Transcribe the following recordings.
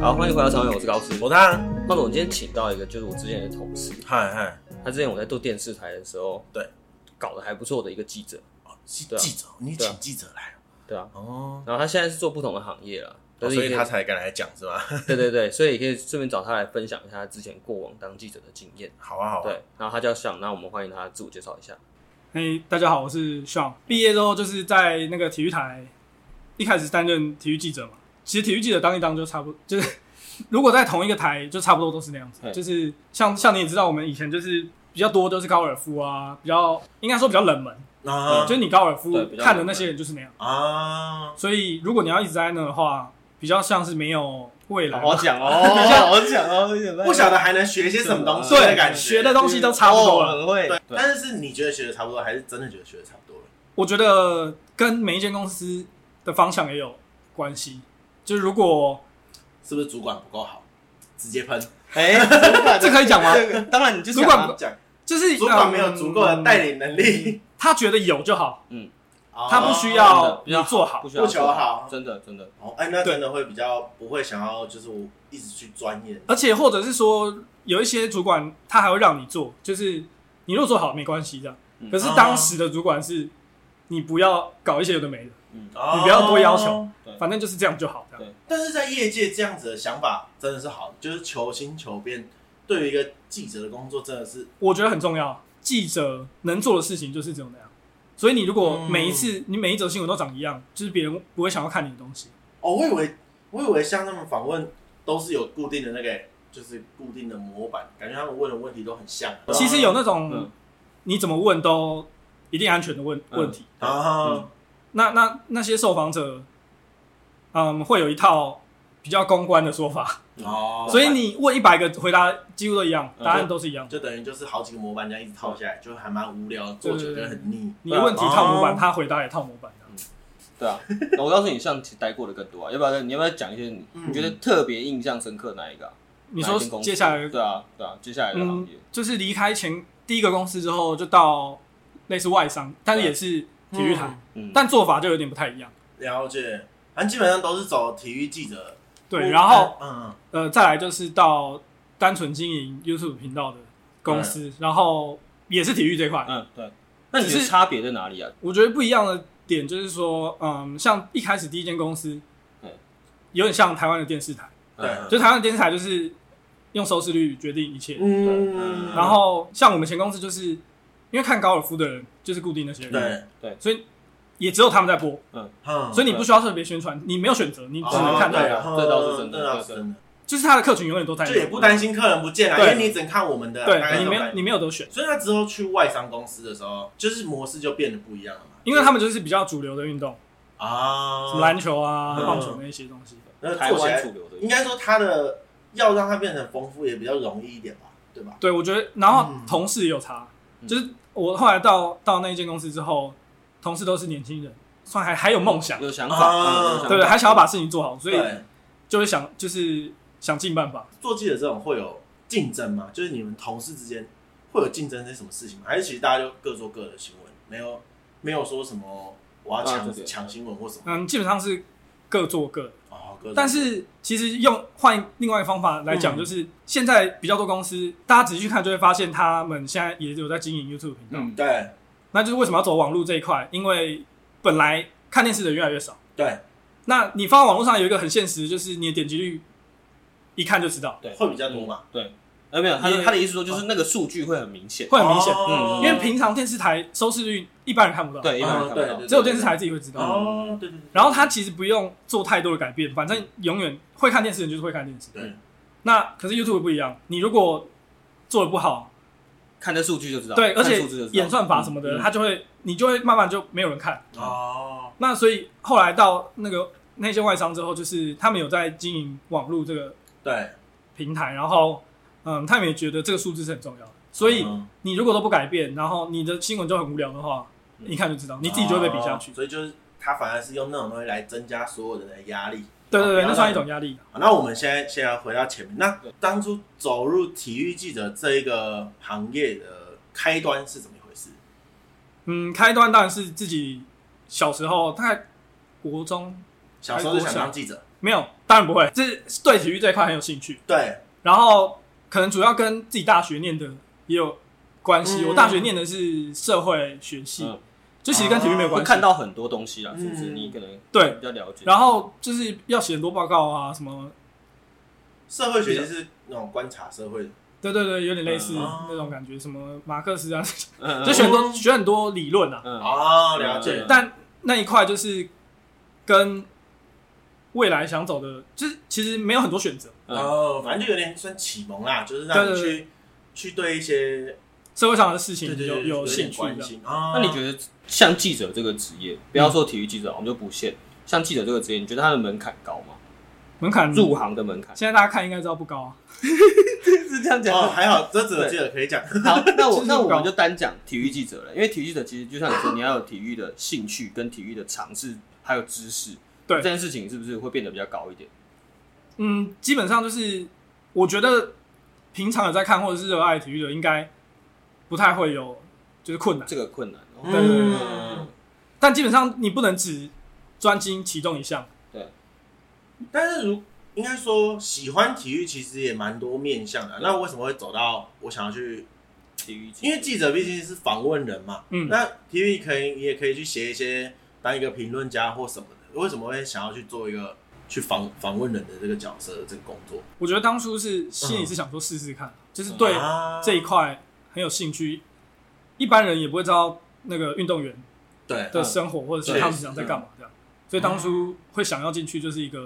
好，欢迎回到常远，我是高斯。哦我看，那我今天请到一个，就是我之前的同事，嗨嗨，他之前我在做电视台的时候，对，搞得还不错的一个记者，哦是对啊记者，你对啊请记者来对啊。哦，然后他现在是做不同的行业了，哦就是所也以可他才敢来讲是吧？对对对，所以也可以顺便找他来分享一下他之前过往当记者的经验。 好啊好啊，对，然后他叫想，那我们欢迎他自我介绍一下。嘿大家好，我是 Sean。毕业之后就是在那个体育台，一开始担任体育记者嘛。其实体育记者当一当就差不多， 就是如果在同一个台，就差不多都是那样子嘿。就是像像你也知道，我们以前就是比较多都是高尔夫啊，比较应该说比较冷门，啊就是你高尔夫嗯对比较冷门看的那些人就是那样。啊，所以如果你要一直在那的话，比较像是没有未来嘛。讲 哦，好好讲哦，不晓得还能学些什么东西的感觉，对，学的东西都差不多哦了。哦很会对，但是你觉得学的差不多，还是真的觉得学的差不多了？我觉得跟每一间公司的方向也有关系。就是如果是不是主管不够好？直接喷，哎，主管这可以讲吗？这个当然你就主管想啊讲就是主管没有足嗯够的带，领能力，嗯他觉得有就好，哦他不需真的要你比较做好不。需要不求好。真的真的，哦，哎，那真的会比较不会想要，就是我一直去钻研。而且或者是说，有一些主管他还会让你做，就是你如果做好没关系这样嗯。可是当时的主管是，你不要搞一些有的没的，嗯，你不要多要求，对反正就是这样就好。这样对但是在业界这样子的想法真的是好的，就是求新求变，对于一个记者的工作真的是我觉得很重要。记者能做的事情就是只有那样，所以你如果嗯每一次你每一则新闻都长一样，就是别人不会想要看你的东西。哦，我以为我以为像他们访问都是有固定的那个，就是固定的模板，感觉他们问的问题都很像。其实有那嗯种你怎么问都一定安全的问嗯问题，啊，那那那些受访者，嗯，会有一套比较公关的说法，哦嗯所以你问一百个回答几乎都一样，嗯答案都是一样。就等于就是好几个模板这样一直套下来，就还蛮无聊，做久就很腻。啊你问题套模板，哦他回答也套模板的。对啊。 我告诉你，像其实待过的更多啊，要不然你要不要讲一些你嗯你觉得特别印象深刻哪一个啊？你说哪一间公司接下来对啊对啊，接下来的行嗯业，就是离开前第一个公司之后，就到类似外商，但是也是体育台，嗯，但做法就有点不太一样。了解，反正基本上都是走体育记者。对，然后嗯呃，再来就是到单纯经营 YouTube 频道的公司，然后也是体育这块，嗯对。那你觉只得是差别在哪里啊？我觉得不一样的点就是说，嗯，像一开始第一间公司嗯，有点像台湾的电视台，对嗯就台湾的电视台就是用收视率决定一切。嗯然后像我们前公司就是，因为看高尔夫的人就是固定那些人，对，所以也只有他们在播，嗯所以你不需要特别宣传，你没有选择，你只能看哦他，对啊嗯这倒是真的，就是他的客群永远都在那，就也不担心客人不见啊了，因为你只能看我们的，啊对你没有你没有得选，所以他之后去外商公司的时候，就是模式就变得不一样了嘛。因为他们就是比较主流的运动，啊，什么篮球啊、嗯棒球那一些东西。那台做起湾来主流的应该说他的要让它变成丰富也比较容易一点吧，对吧？对，我觉得，然后嗯同事也有差，嗯就是我后来到到那一间公司之后，同事都是年轻人，算还还有梦想，有想法，啊嗯有想法对不对？还想要把事情做好，所以对就会想就是想尽办法。做记者这种会有竞争吗？就是你们同事之间会有竞争是什么事情吗？还是其实大家就各做各的新闻，没有没有说什么我要啊抢对对抢新闻或什么？嗯，基本上是各做各的。哦，各做但是其实用换另外一个方法来讲，嗯就是现在比较多公司，大家仔细去看就会发现，他们现在也有在经营 YouTube 频道。嗯对那就是为什么要走网络这一块？因为本来看电视的人越来越少，对那你放到网络上有一个很现实，就是你的点击率一看就知道，对会比较多嘛，对，呃没有，他的也他的意思说就是那个数据会很明显，哦会很明显。哦嗯因为平常电视台收视率一般人看不到，，对，一般人嗯看不到对对哦只有电视台自己会知道。哦对对对，然后他其实不用做太多的改变，反正永远会看电视的人就是会看电视。对嗯那可是 YouTube 不一样，你如果做的不好，看这数据就知道，对，而看且数字就知道演算法什么的，嗯它就会你就会慢慢就没有人看。哦那所以后来到那个那些外商之后，就是他们有在经营网络这个对，平台，然后嗯，他们也觉得这个数字是很重要的，所以。嗯你如果都不改变，然后你的新闻就很无聊的话，嗯一看就知道，你自己就会被比下去。哦所以就是他反而是用那种东西来增加所有人的压力。对对不要对，让那算一种压力。好那我们现在先来回到前面，那当初走入体育记者这一个行业的开端是怎么一回事？嗯，开端当然是自己小时候，大概国中小时候就想当记者，没有，当然不会，这是对体育这一块很有兴趣，对，然后可能主要跟自己大学念的也有关系。嗯我大学念的是社会学系，嗯就其实跟体育没有会关系。看到很多东啊西啦，嗯是不是？你可能对，比较了解。然后就是要写很多报告啊，什么，社会学习是那种观察社会的，对对对，有点类似嗯那种感觉，什么马克思啊，嗯， 就嗯学很多学很多理论啊。嗯哦，了解嗯，但那一块就是跟未来想走的，就是其实没有很多选择。嗯哦，反正就有点算启蒙啦，就是对让对你去去对一些社会上的事情对有对对有兴点趣关的，心啊。那你觉得像记者这个职业，不要说体育记者，我们就不限。像记者这个职业，你觉得它的门槛高嗯吗？门槛入行的门槛现在大家看应该知道不高啊。是这样哦，还好，这只有记者可以讲。好，那 我知识那我高们就单讲体育记者了，因为体育记者其实就像你说，你要有体育的兴趣跟体育的尝试，还有知识，对这件事情是不是会变得比较高一点？嗯，基本上就是我觉得平常有在看或者是热爱体育的，应该不太会有就是困难。这个困难哦，对对对嗯，但基本上你不能只专精其中一项，但是如应该说喜欢体育其实也蛮多面向的。啊那为什么会走到我想要去？体育记者因为记者毕竟是访问人嘛，嗯那体育可以你也可以去写一些当一个评论家或什么的。为什么会想要去做一个去访访问人的这个角色这个工作？我觉得当初是心里是想说试试看，就是对啊这一块很有兴趣。一般人也不会知道那个运动员对的生活或者是对他们平常在干嘛这样，所以当初会想要进去就是一个，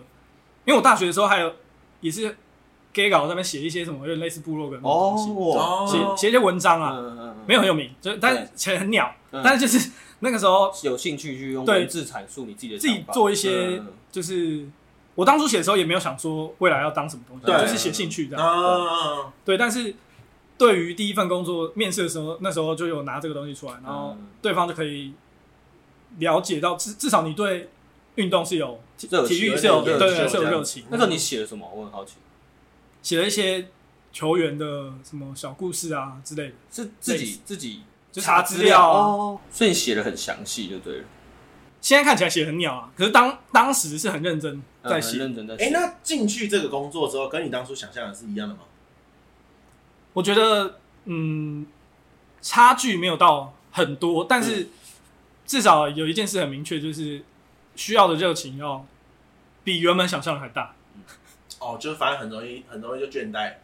因为我大学的时候还有也是 gay 稿在那边写一些什么有点类似部落格那种东西，哦，写写一些文章啊，嗯嗯没有很有名，就但是对写得很鸟，嗯但是 就是那个时候有有兴趣去用对文字阐述你自己的自己想法做一些嗯嗯嗯就是。我当初写的时候也没有想说未来要当什么东西，对就是写兴趣这样。啊，对，但是对于第一份工作面试的时候，那时候就有拿这个东西出来，然后嗯对方就可以了解到，至至少你对运动是有体嗯热情体育是有有对热对情是这有样热情。那时候你写了什么？我很好奇，写了一些球员的什么小故事啊之类的，是自类己自己就查资料啊。哦，所以你写的很详细就对了，现在看起来写得很鸟啊，可是当当时是很认真嗯在很写。认真在哎、写。那进去这个工作之后，跟你当初想象的是一样的吗？我觉得，嗯，差距没有到很多，但是至少有一件事很明确，就是需要的热情要比原本想象的还大。哦，就是反正很容易，很容易就倦怠，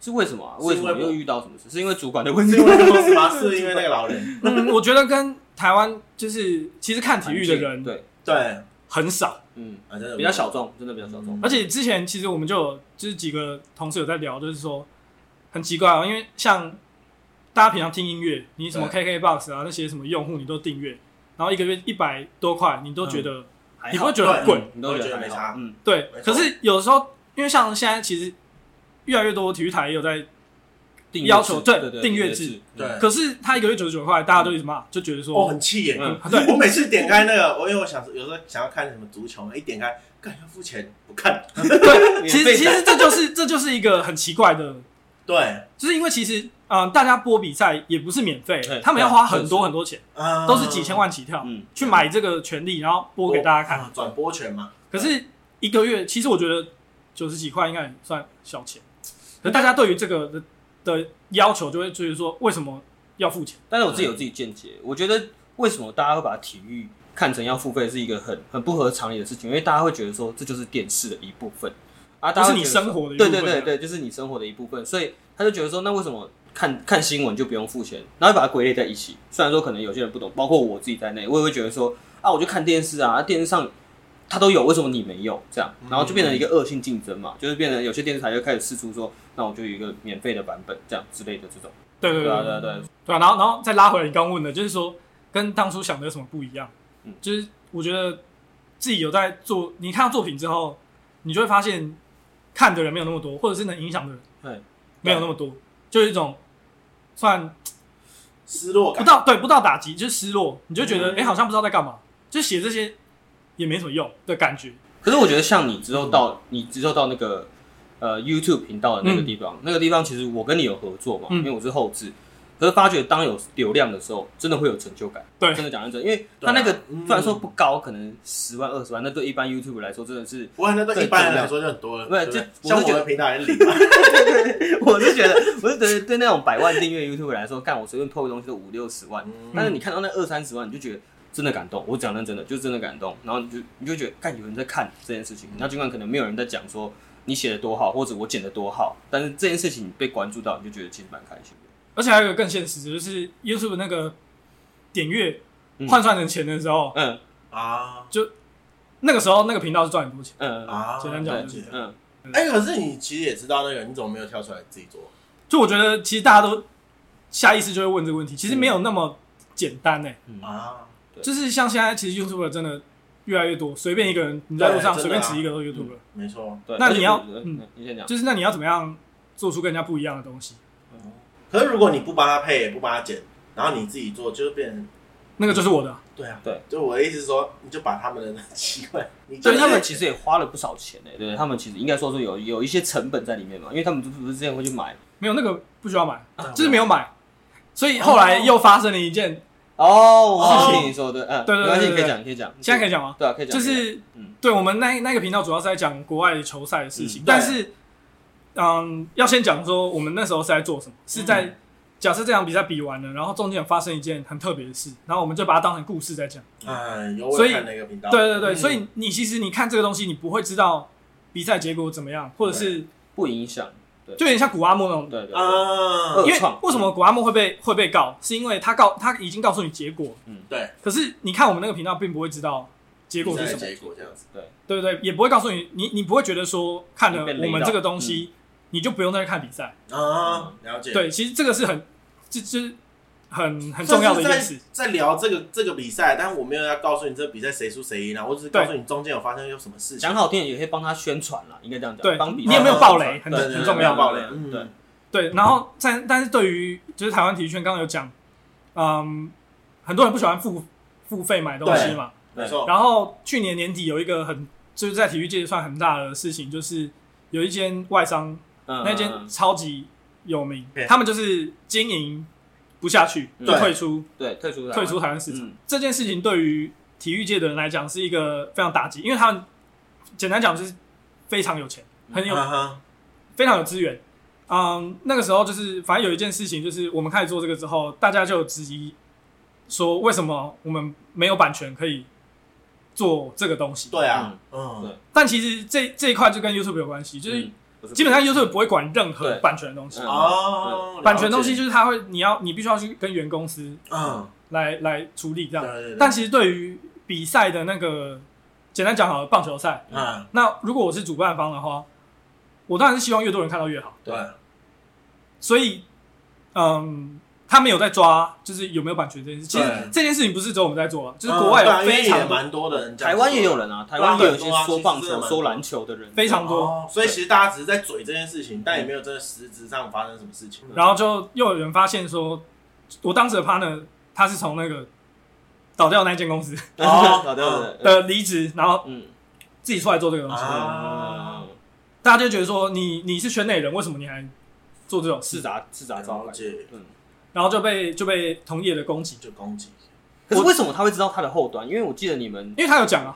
是为什么啊？是为什因么为又遇到什么事？是因为主管的问题是因为公司吗？是因为那个老人？嗯，我觉得跟台湾就是其实看体育的人对，对，啊，很少，嗯，真的比较小众，真的比较小众嗯。而且之前其实我们就有就是几个同事有在聊，就是说很奇怪哦，因为像大家平常听音乐，你什么 KKBox 啊那些什么用户你都订阅，然后一个月一百多块，你都觉得、还好，你不会觉得很贵，你都觉我觉得得没还好差嗯，对嗯没，错可是有的时候，因为像现在其实越来越多体育台也有在，订阅要求制对对对订阅阅制对嗯可是他一个月九十九块，大家都一直骂，就觉得哦，说，很气耶！嗯对我每次点开那个，我因为我想有时候想要看什么足球，一点开，干要付钱，不看。对，其实免费其实这就是这就是一个很奇怪的，对，就是因为其实嗯、呃大家播比赛也不是免费对，他们要对花很确多实很多钱，啊，都是几千万起跳嗯去买这个权利，然后播给大哦家看。啊转播权嘛。可是一个月，其实我觉得九十几块应该也算小钱，可是大家对于这个的的要求就会就是说，为什么要付钱？但是我自己有自己见解，我觉得为什么大家会把体育看成要付费是一个很很不合常理的事情，因为大家会觉得说这就是电视的一部分啊，大家是会你觉得生活的一对部对分对啊对，就是你生活的一部分，所以他就觉得说那为什么看看新闻就不用付钱，然后把它归类在一起。虽然说可能有些人不懂，包括我自己在内，我也会觉得说啊，我就看电视啊，啊电视上。它都有，为什么你没有？这样，嗯然后就变成一个恶性竞争嘛，就是变成有些电视台就开始试出说，那我就有一个免费的版本，这样之类的这种。对对对对啊，对啊，对啊，对啊，然后然后再拉回来，你刚问的，就是说跟当初想的有什么不一样？嗯就是我觉得自己有在做，你看到作品之后，你就会发现看的人没有那么多，或者是能影响的人对，没有那么多，就是一种算失落不感。到对不到打击，就是失落，你就觉得哎、嗯诶好像不知道在干嘛，就写这些也没什么用的感觉。可是我觉得像你之后到、你之后到那个呃 YouTube 频道的那个地方，那个地方其实我跟你有合作嘛，嗯因为我是后置，可是发觉当有流量的时候，真的会有成就感。对真的讲认真，因为他那对个啊嗯虽然说不高，可能十万二十万，那对一般 YouTube 来说真的是， 不过那对一般人来说就很多了，对对不对就像我就我觉的得频道也零嘛，我是觉得，我是觉得对那种百万订阅 YouTube 来说，干我随便 PO 个东西都五六十万，嗯但是你看到那二三十万，你就觉得真的感动。我讲认真的，就真的感动。然后你就你就觉得，看有人在看这件事情。那尽管可能没有人在讲说你写的多好，或者我剪的多好，但是这件事情你被关注到，你就觉得其实蛮开心的。而且还有一个更现实的，就是 YouTube 那个点阅嗯换算成钱的时候，嗯啊那个时候那个频道是赚很多钱。嗯啊，简单讲了对解。嗯，哎、可是你其实也知道那个，你怎么没有跳出来自己做？就我觉得其实大家都下意识就会问这个问题，其实没有那么简单呢、欸啊，对就是像现在其实 YouTube 真的越来越多，随便一个人你在路上对随真的啊便指一个都是 YouTube 了。没错。对。那你要而且我嗯你先讲，就是那你要怎么样做出跟人家不一样的东西？可是如果你不帮他配，也不帮他剪，然后你自己做，就变成那个就是我的啊、对啊，对。就我的意思是说，你就把他们的哎机会，你就对是他们其实也花了不少钱诶、对不对？他们其实应该说是有有一些成本在里面嘛，因为他们不是之前会去买没有那个不需要买，啊就是没有买。所以后来又发生了一件，哦，哦我是听你说的，嗯，对对对没关系，你可对以对讲，你可以讲，现在可以讲吗？对啊，可以讲，就可以讲是嗯对我们那那个频道主要是在讲国外球赛的事情，嗯但是嗯，要先讲说我们那时候是在做什么，是在、嗯假设这场比赛比完了，然后中间有发生一件很特别的事，然后我们就把它当成故事在讲。哎，有我所以有看那个频道，对对对，嗯所以你其实你看这个东西，你不会知道比赛结果怎么样，或者是不影响，对就有点像古阿莫那种对对对啊，二因为创为什么古阿莫会被会被告，是因为他告他已经告诉你结果，对，可是你看我们那个频道并不会知道结果比是赛什的么，结果这样子，对，对不对？也不会告诉你，你你不会觉得说看了你被雷到我们这个东西，你就不用再去看比赛。啊，了解，嗯对，其实这个是很这这很很算重是要的一件事。在聊这个这个比赛，但我没有要告诉你这个比赛谁输谁赢啊，我只是告诉你中间有发生有什么事情讲。好听也可以帮他宣传啦，应该这样讲，对帮比你有没有爆雷对很对很对重要没有爆嗯雷，对，对，然后但但是对于就是台湾体育圈刚刚有讲，嗯，很多人不喜欢付付费买东西嘛。没错，然后去年年底有一个很就是在体育界算很大的事情，就是有一间外商嗯那间超级有名对，他们就是经营不下去，嗯就退出对退出台湾退出台湾市场嗯。这件事情对于体育界的人来讲是一个非常打击，因为他们简单讲就是非常有钱，嗯很有啊哈，非常有资源。嗯，那个时候就是反正有一件事情，就是我们开始做这个之后，大家就有质疑说为什么我们没有版权可以做这个东西？对啊，嗯，但其实这这一块就跟 YouTube 有关系，就是嗯不是基本上 YouTube 不会管任何对版权的东西。嗯哦，版权东西就就是它会，你要你必须要去跟原公司嗯，来来处理这对啊样。对对，但其实对于比赛的那个，简单讲好了，棒球赛，嗯，那如果我是主办方的话，我当然是希望越多人看到越好。对，所以，嗯，他没有在抓，就是有没有版权这件事。其实对这件事情不是只有我们在做啊，就是国外嗯对啊有因为非也常多、蛮多的人这样台做，湾也有人啊，台湾也有一些对啊说棒其实真的球、蛮说篮球的人，非常多，哦，所以其实大家只是在嘴这件事情，但也没有真的实质上发生什么事情。然后就又有人发现说，我当时的 partner 他是从那个倒掉的那间公司对哦对对对，的离职，然后嗯自己出来做这个东西，啊，大家就觉得说你你是圈内人，为什么你还做这种是事？啊杂是杂招了，解嗯。然后就被就被同业的攻击，就攻击，可是为什么他会知道他的后端？因为我记得你们因为他有讲啊，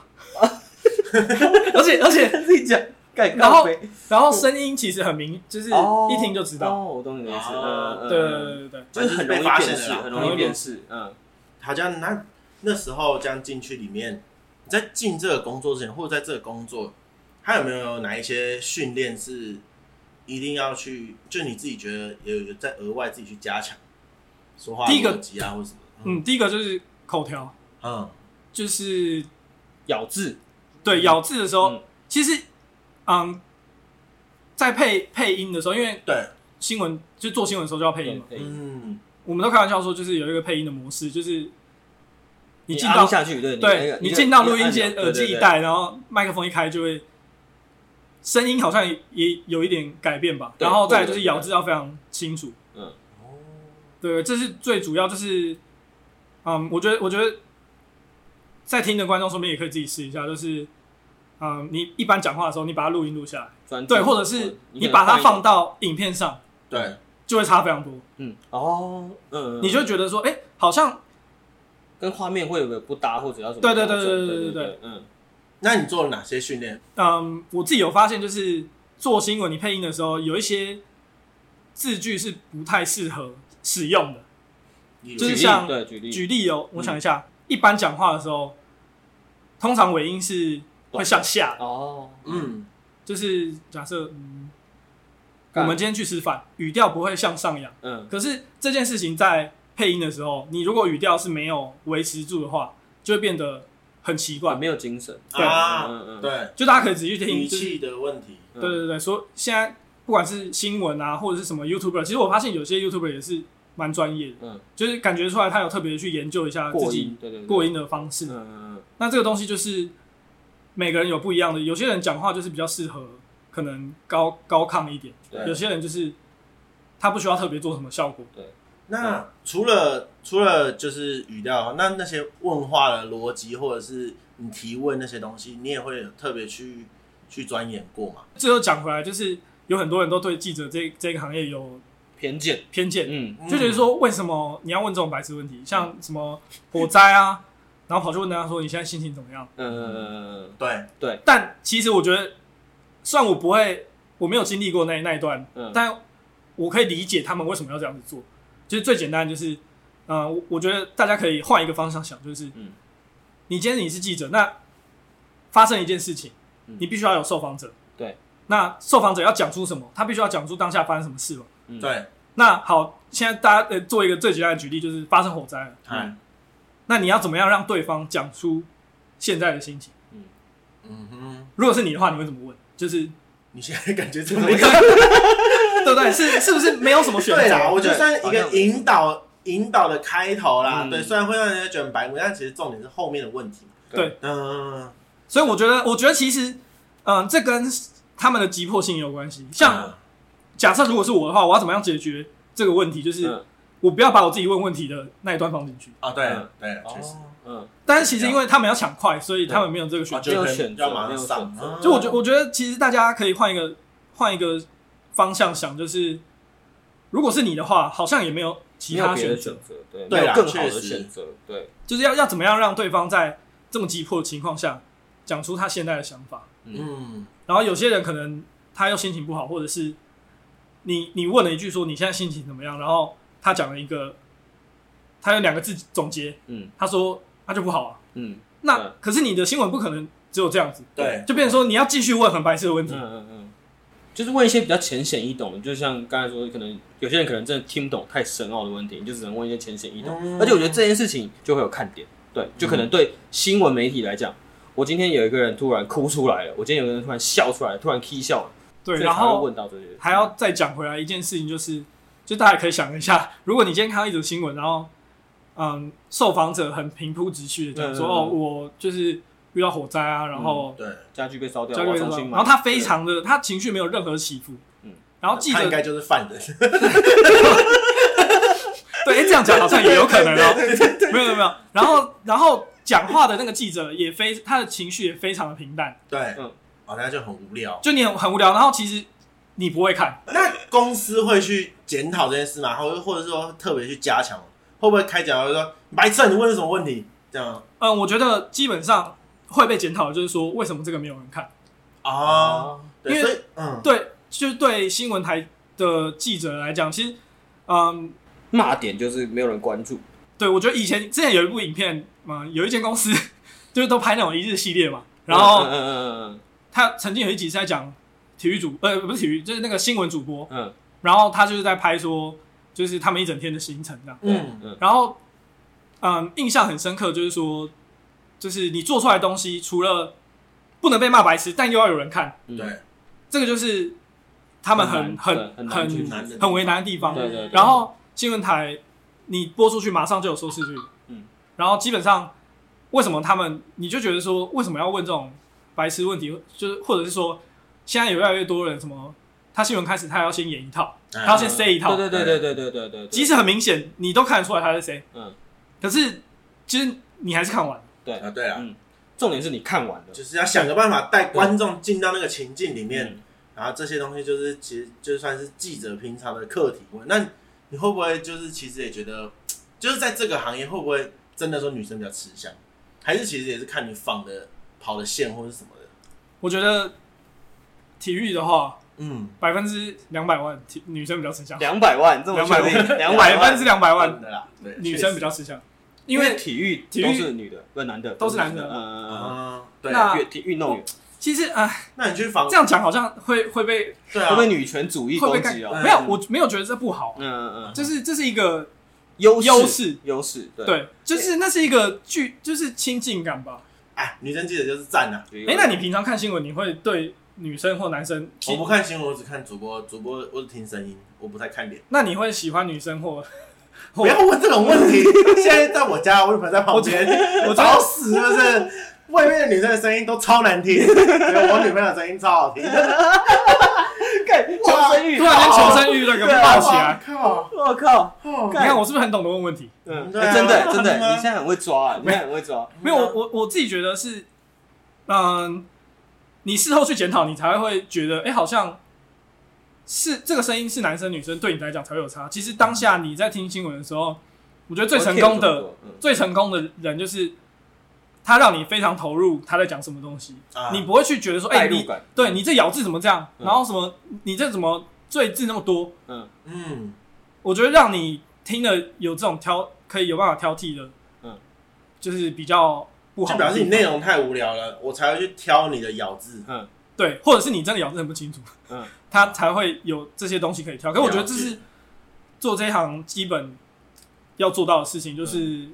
而且而且自己讲，干然后靠背然后声音其实很明，就是哦一听就知道，哦，我懂你的意思，哦嗯对对，嗯嗯对对对，就是很容易被发现辨了识，啦很容易辨识，嗯，好像那那时候这样进去里面，你在进这个工作之前，或者在这个工作，还有没有哪一些训练是一定要去？就你自己觉得有有在额外自己去加强说话第一个逻辑啊，或者什么？嗯，第一个就是口条，嗯，就是咬字，对咬字的时候，嗯其实嗯，在配配音的时候，因为对，新闻就做新闻的时候就要配音嘛，对嗯，我们都开玩笑说，就是有一个配音的模式，就是你你进按到下去，对，那对个你一个进到录音一间，个按钮耳机一对对对戴，然后麦克风一开，就会声音好像也也有一点改变吧。对然后再来就对是对咬字要非常清楚，对，这是最主要，就是嗯，我觉得我觉得在听的观众说不定也可以自己试一下，就是嗯，你一般讲话的时候，你把它录音录下来，专注对，或者是嗯你可你能把它换一个放到影片上，对，就会差非常多。嗯，哦，嗯，你就觉得说，哎、好像跟画面会有个不搭或者要什么对调对整？对对对对对对，嗯，那你做了哪些训练？嗯，我自己有发现，就是做新闻你配音的时候，有一些字句是不太适合使用的。例如就举是例像对举例，举例哦，我想一下，一般讲话的时候，通常尾音是会向下的，哦，嗯，就是假设嗯，我干们今天去吃饭，语调不会向上扬。嗯，可是这件事情在配音的时候，你如果语调是没有维持住的话，就会变得很奇怪。没有精神对啊，嗯嗯嗯，对，就大家可以仔细听，语就是气的问题，嗯对对对，说现在不管是新闻啊，或者是什么 YouTuber，其实我发现有些 YouTuber 也是蛮专业的，嗯，就是感觉出来他有特别去研究一下啊自过己音，对对对，过音，音的方式。嗯嗯嗯，那这个东西就是每个人有不一样的，有些人讲话就是比较适合可能高高亢一点，对有些人就是他不需要特别做什么效果。那除了除了就是语调，那那些问话的逻辑或者是你提问那些东西，你也会有特别去去钻研过嘛？最后讲回来，就是有很多人都对记者这这个行业有偏见，偏见，嗯，就觉得说为什么你要问这种白痴问题，像什么火灾啊，然后跑去问大家说你现在心情怎么样？嗯嗯嗯嗯对，但其实我觉得，虽然我不会，我没有经历过那那一段，嗯，但我可以理解他们为什么要这样子做。就是最简单，就是，嗯、我我觉得大家可以换一个方向想，就是，嗯你今天你是记者，那发生一件事情，嗯你必须要有受访者，对，那受访者要讲出什么，他必须要讲出当下发生什么事嘛。嗯对，那好，现在大家呃做一个最简单的举例，就是发生火灾了。哎，那你要怎么样让对方讲出现在的心情？嗯哼，如果是你的话，你会怎么问？就是你现在感觉怎么对样？不 对？是是不是没有什么选对啊啦，择？我就算一好个像引导引导的开头啦，嗯对，虽然会让人家觉得很白目，但其实重点是后面的问题。对，嗯，所以我觉得，我觉得其实，嗯、这跟他们的急迫性有关系。像嗯假设如果是我的话，我要怎么样解决这个问题？就是嗯我不要把我自己问问题的那一段放进去。啊，对嗯对，确实，哦，嗯，但是其实因为他们要抢快，所以他们没有这个选啊择。就没有可能选择要马没上有上选择嗯就我觉我觉得其实大家可以换一个换一个方向想，就是如果是你的话，好像也没有其没有他别选的择选，择，对，对没有啦更好确的实选择，对，就是要要怎么样让对方在这么急迫的情况下讲出他现在的想法。嗯，然后有些人可能他又心情不好，或者是你你问了一句说你现在心情怎么样，然后他讲了一个，他有两个字总结，嗯他说那就不好啊。嗯那对可是你的新闻不可能只有这样子，对就变成说你要继续问很白痴的问嗯题，嗯嗯，就是问一些比较浅显易懂的，就像刚才说，可能有些人可能真的听不懂太深奥的问题，你就只能问一些浅显易懂。哦嗯而且我觉得这件事情就会有看点，嗯对，就可能对新闻媒体来讲，我今天有一个人突然哭出来了，我今天有一个人突然笑出来了，突然 k 笑了，对，所以然才会后问到这些，还要再讲回来一件事情，就是就大家可以想一下，如果你今天看到一则新闻，然后嗯，受访者很平铺直叙的讲嗯说、嗯嗯嗯哦，我就是遇到火灾啊，然后、对，家具被烧掉，交啊我给要重对方新买。然后他非常的，他情绪没有任何起伏。嗯然后记他者应该就是犯人，对，哎，这样 讲好像也有可能哦。没有没有没有，然后然后讲话的那个记者也非他的情绪也非常的平淡，对，嗯哦，那就很无聊。就你很很无聊。然后其实你不会看，那公司会去检讨这件事吗？或者或者说特别去加强，会不会开讲就说白痴啊，你问什么问题？这样嗯，我觉得基本上会被检讨，就是说为什么这个没有人看？啊，啊，对，因为所以嗯，对，就是对新闻台的记者来讲，其实嗯，骂点就是没有人关注，对我觉得以前之前有一部影片，嗯，有一间公司 就是都拍那种一日系列嘛，然后嗯嗯他曾经有一集是在讲体育主，呃，不是体育，就是那个新闻主播嗯，嗯然后他就是在拍说，就是他们一整天的行程这样。嗯嗯嗯然后，嗯，印象很深刻，就是说，就是你做出来的东西，除了不能被骂白痴，但又要有人看，嗯，对，这个就是他们很很很难对很难去很拿难的地方很为难的地方。对对对然后新闻台你播出去，马上就有收视率。嗯，然后基本上为什么他们你就觉得说为什么要问这种白痴问题？就是或者是说现在有越来越多人什么，他新闻开始他要先演一套，哎他要先 say 一套，对对对对对对对对，即使很明显你都看得出来他是谁，嗯，可是其实你还是看完。啊，对啊，嗯重点是你看完了，就是要想个办法带观众进到那个情境里面，嗯然后这些东西就是其实就算是记者平常的课题。那你会不会就是其实也觉得，就是在这个行业会不会真的说女生比较吃香，还是其实也是看你放的跑的线或是什么的？我觉得体育的话，嗯，百分之两百万体女生比较吃香，两百万这么确定？两百万分之两百万真的啦，对，女生比较吃香，因因为为体育体育都是女的，不是男的，都是男的啊嗯嗯嗯嗯，嗯，对。那运体运动员其实哎，那你去访这样讲好像会会被会对啊，被女权主义会攻被干击哦。没有，我没有觉得这不好，嗯嗯嗯，这是这是一个优优势优势，对。对，就是那是一个距，就是亲近感吧。哎，女生记者就是赞啊！哎哎，那你平常看新闻，你会对女生或男生我喜不，看新闻，我只看主播，主播我只听声音，我不太看脸。那你会喜欢女 生或？不要问这种问题。现在在我家，我女朋友在旁边，我找死是不是？外面的女生的声音都超难听，只有我女朋友的声音超好听。干求生欲，突然间求生欲那 个对啊爆起来，靠！哦我靠！你干看我是不是很懂得问问题？嗯，对啊哎真的真的，真的吗你现在很会抓，啊，你现在很会抓。没有，我我我自己觉得是，嗯，你事后去检讨，你才会觉得，哎、好像是这个声音是男生女生对你来讲才会有差。其实当下你在听新闻的时候，我觉得最成功我的、听得懂，最成功的人就是他让你非常投入他在讲什么东西，啊你不会去觉得说，嗯哎、代入你感，对你这咬字怎么这样，嗯然后什么你这怎么赘字那么多，嗯嗯，我觉得让你听了有这种挑，可以有办法挑剔的，嗯，就是比较不好就的地方，表示你内容太无聊了，我才会去挑你的咬字。嗯对，或者是你真的咬字很不清楚，嗯，他才会有这些东西可以挑。可我觉得这是做这一行基本要做到的事情，就是、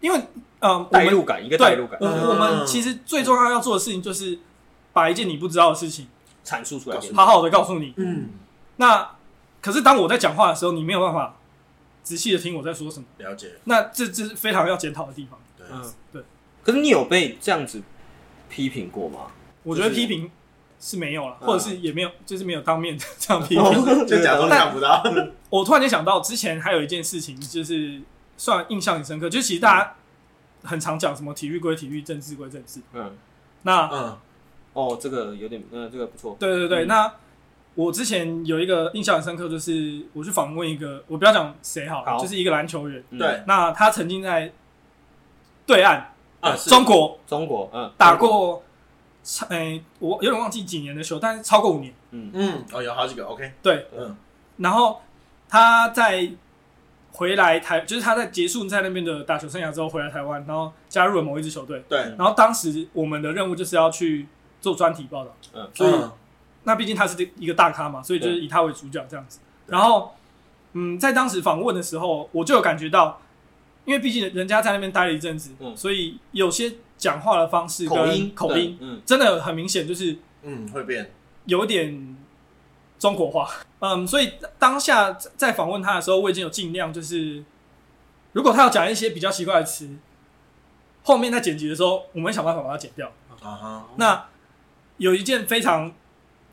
因为嗯，我嗯代们入感，一个代对入感，我我嗯们其实最重要要做的事情就是把一件你不知道的事情阐述出来给你。好好的告诉你。嗯，那可是当我在讲话的时候，你没有办法仔细的听我在说什么，了解。那这这是非常要检讨的地方。对，嗯，对。可是你有被这样子批评过吗？我觉得就是批评是没有了，嗯或者是也没有，就是没有当面 这样批评。就假装看不 到。 我突然间想到，之前还有一件事情，就是算印象很深刻，就是其实大家很常讲什么体育归体育，政治归政治。嗯，那嗯，哦，这个有点，嗯，这个不错。对对对，嗯那我之前有一个印象很深刻，就是我去访问一个，我不要讲谁好了，好就是一个篮球员。嗯对那他曾经在对岸啊，中国中国，嗯，打过，哎、我有点忘记几年的球，但是超过五年。嗯，哦，有好几个 OK。对，嗯然后他在回来台，就是他在结束在那边的打球生涯之后回来台湾，然后加入了某一支球队。对，然后当时我们的任务就是要去做专题报道，嗯，所以嗯那毕竟他是一个大咖嘛，所以就是对以他为主角这样子。对然后，嗯，在当时访问的时候，我就有感觉到，因为毕竟人家在那边待了一阵子，嗯所以有些讲话的方式跟口音，口音对，嗯，真的很明显，就是嗯，会变。有点中国化， 嗯，所以当下在在访问他的时候，我已经有尽量就是，如果他要讲一些比较奇怪的词，后面在剪辑的时候，我们会想办法把它剪掉。啊哈，那有一件非常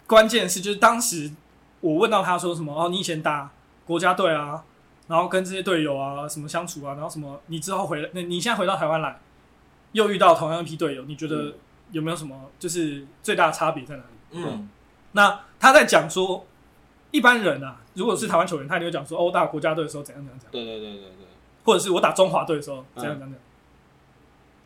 关键的事，就是当时我问到他说什么哦，你以前打国家队啊，然后跟这些队友啊什么相处啊，然后什么你之后回来，那你现在回到台湾来，又遇到同样一批队友，你觉得有没有什么就是最大的差别在哪里？嗯，那他在讲说，一般人啊，如果是台湾球员，他就会讲说，哦，我打国家队的时候怎样怎样怎样，对对对对对，或者是我打中华队的时候怎样怎样怎样。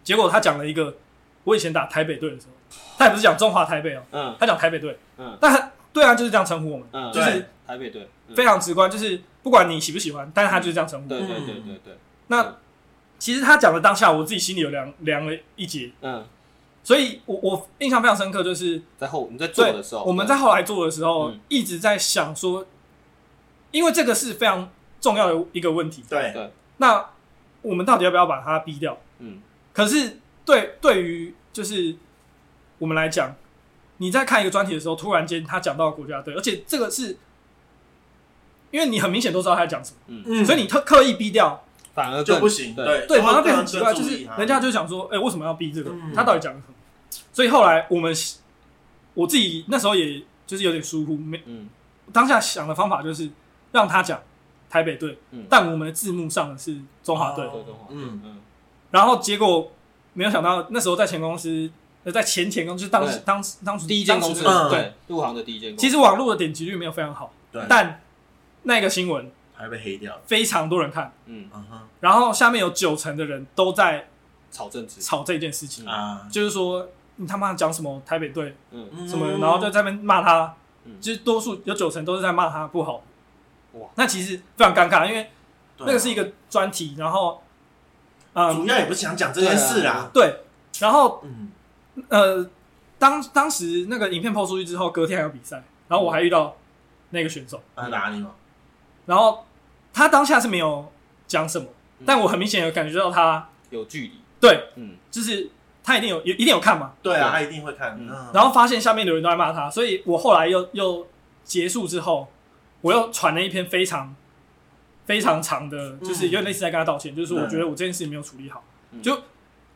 结果他讲了一个，我以前打台北队的时候，他也不是讲中华台北哦，嗯他讲台北队。嗯但他对啊，就是这样称呼我们，嗯，就对是台北队，嗯非常直观，就是不管你喜不喜欢，但是他就是这样称呼。对对对对对，那其实他讲的当下，我自己心里有量量了一截，嗯，所以我我印象非常深刻，就是在后你在做对，的时候，我们在后来做的时候嗯，一直在想说，因为这个是非常重要的一个问题，对，那我们到底要不要把它逼掉？嗯可是对对于就是我们来讲，你在看一个专题的时候，突然间他讲到国家队，而且这个是因为你很明显都知道他在讲什么，嗯所以你特刻意逼掉，反而就更不行，对对对，就反会而变更很奇怪，就注是意他人家就想说，哎，为什么要逼这个嗯？他到底讲了什么？所以后来我们我自己那时候也就是有点疏忽，没嗯当下想的方法就是让他讲台北队，嗯但我们的字幕上的是中华队，哦对中华，嗯嗯然后结果没有想到那时候在前公司，呃在前前公就是当时对当时当时第一间公司，当时的嗯对，入行的第一间公司。其实网络的点击率没有非常好，对，但那个新闻还被黑掉。非常多人看，嗯，嗯哼然后下面有九成的人都在炒政治，吵这件事情，啊，就是说你他妈讲什么台北队嗯，什么，然后就在那边骂他嗯，就是多数有九成都是在骂他不好。哇，那其实非常尴尬，因为对啊那个是一个专题，然后，主嗯，要也不是想讲这件事啦。对，啊然后嗯，呃，当当时那个影片抛出去之后，隔天还有比赛，然后我还遇到那个选手，他打你吗？然后他当下是没有讲什么嗯，但我很明显有感觉到他有距离，对，嗯，就是他一定有有一定有看嘛，对啊，对他一定会看。嗯嗯然后发现下面留言都在骂他，所以我后来又又结束之后，我又传了一篇非常非常长的，就是有点类似在跟他道歉，就是说我觉得我这件事情没有处理好，嗯就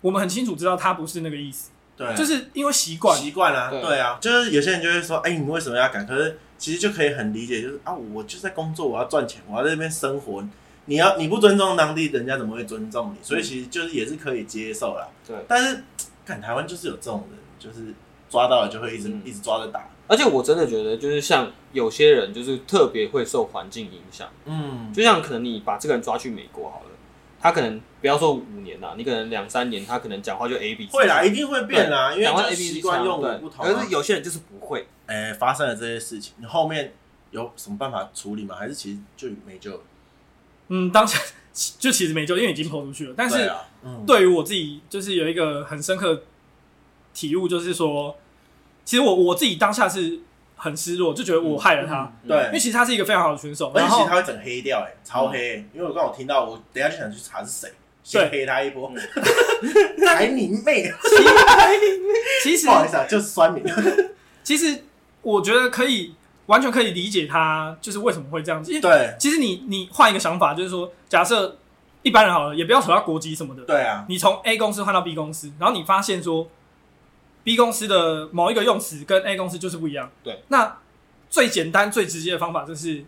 我们很清楚知道他不是那个意思，对，就是因为习惯，习惯啦，对对啊，就是有些人就会说，哎、你为什么要改？可是其实就可以很理解，就是啊，我就是在工作，我要赚钱，我要在那边生活。你要你不尊重当地人家怎么会尊重你？所嗯以其实就是也是可以接受啦。对但是看台湾就是有这种人，就是抓到了就会一直、嗯一直抓着打。而且我真的觉得，就是像有些人，就是特别会受环境影响。嗯，就像可能你把这个人抓去美国好了，他可能不要说五年啦，你可能两三年，他可能讲话就 A B 会啦，一定会变啦，因为讲话就 A 是 B 习惯用语不同、可啊是。有些人就是不会，哎、发生了这些事情，你后面有什么办法处理吗？还是其实就没救了？嗯，当下就其实没救，因为已经抛出去了，但对是啊，嗯，对于我自己就是有一个很深刻的体悟，就是说，其实我我自己当下是很失落，就觉得我害了他。嗯对，因为其实他是一个非常好的选手，而且然其后实他会整黑掉、欸，哎，超黑、欸。因为我刚好听到，我等一下就想去查是谁，先黑他一波。 台你妹！其实不好意思啊，就是酸你。其实我觉得可以完全可以理解他，就是为什么会这样子。因 为对其实你你换一个想法，就是说，假设一般人好了，也不要扯到国籍什么的，对啊，你从 A 公司换到 B 公司，然后你发现说 B 公司的某一个用词跟 A 公司就是不一样。对，那最简单最直接的方法就是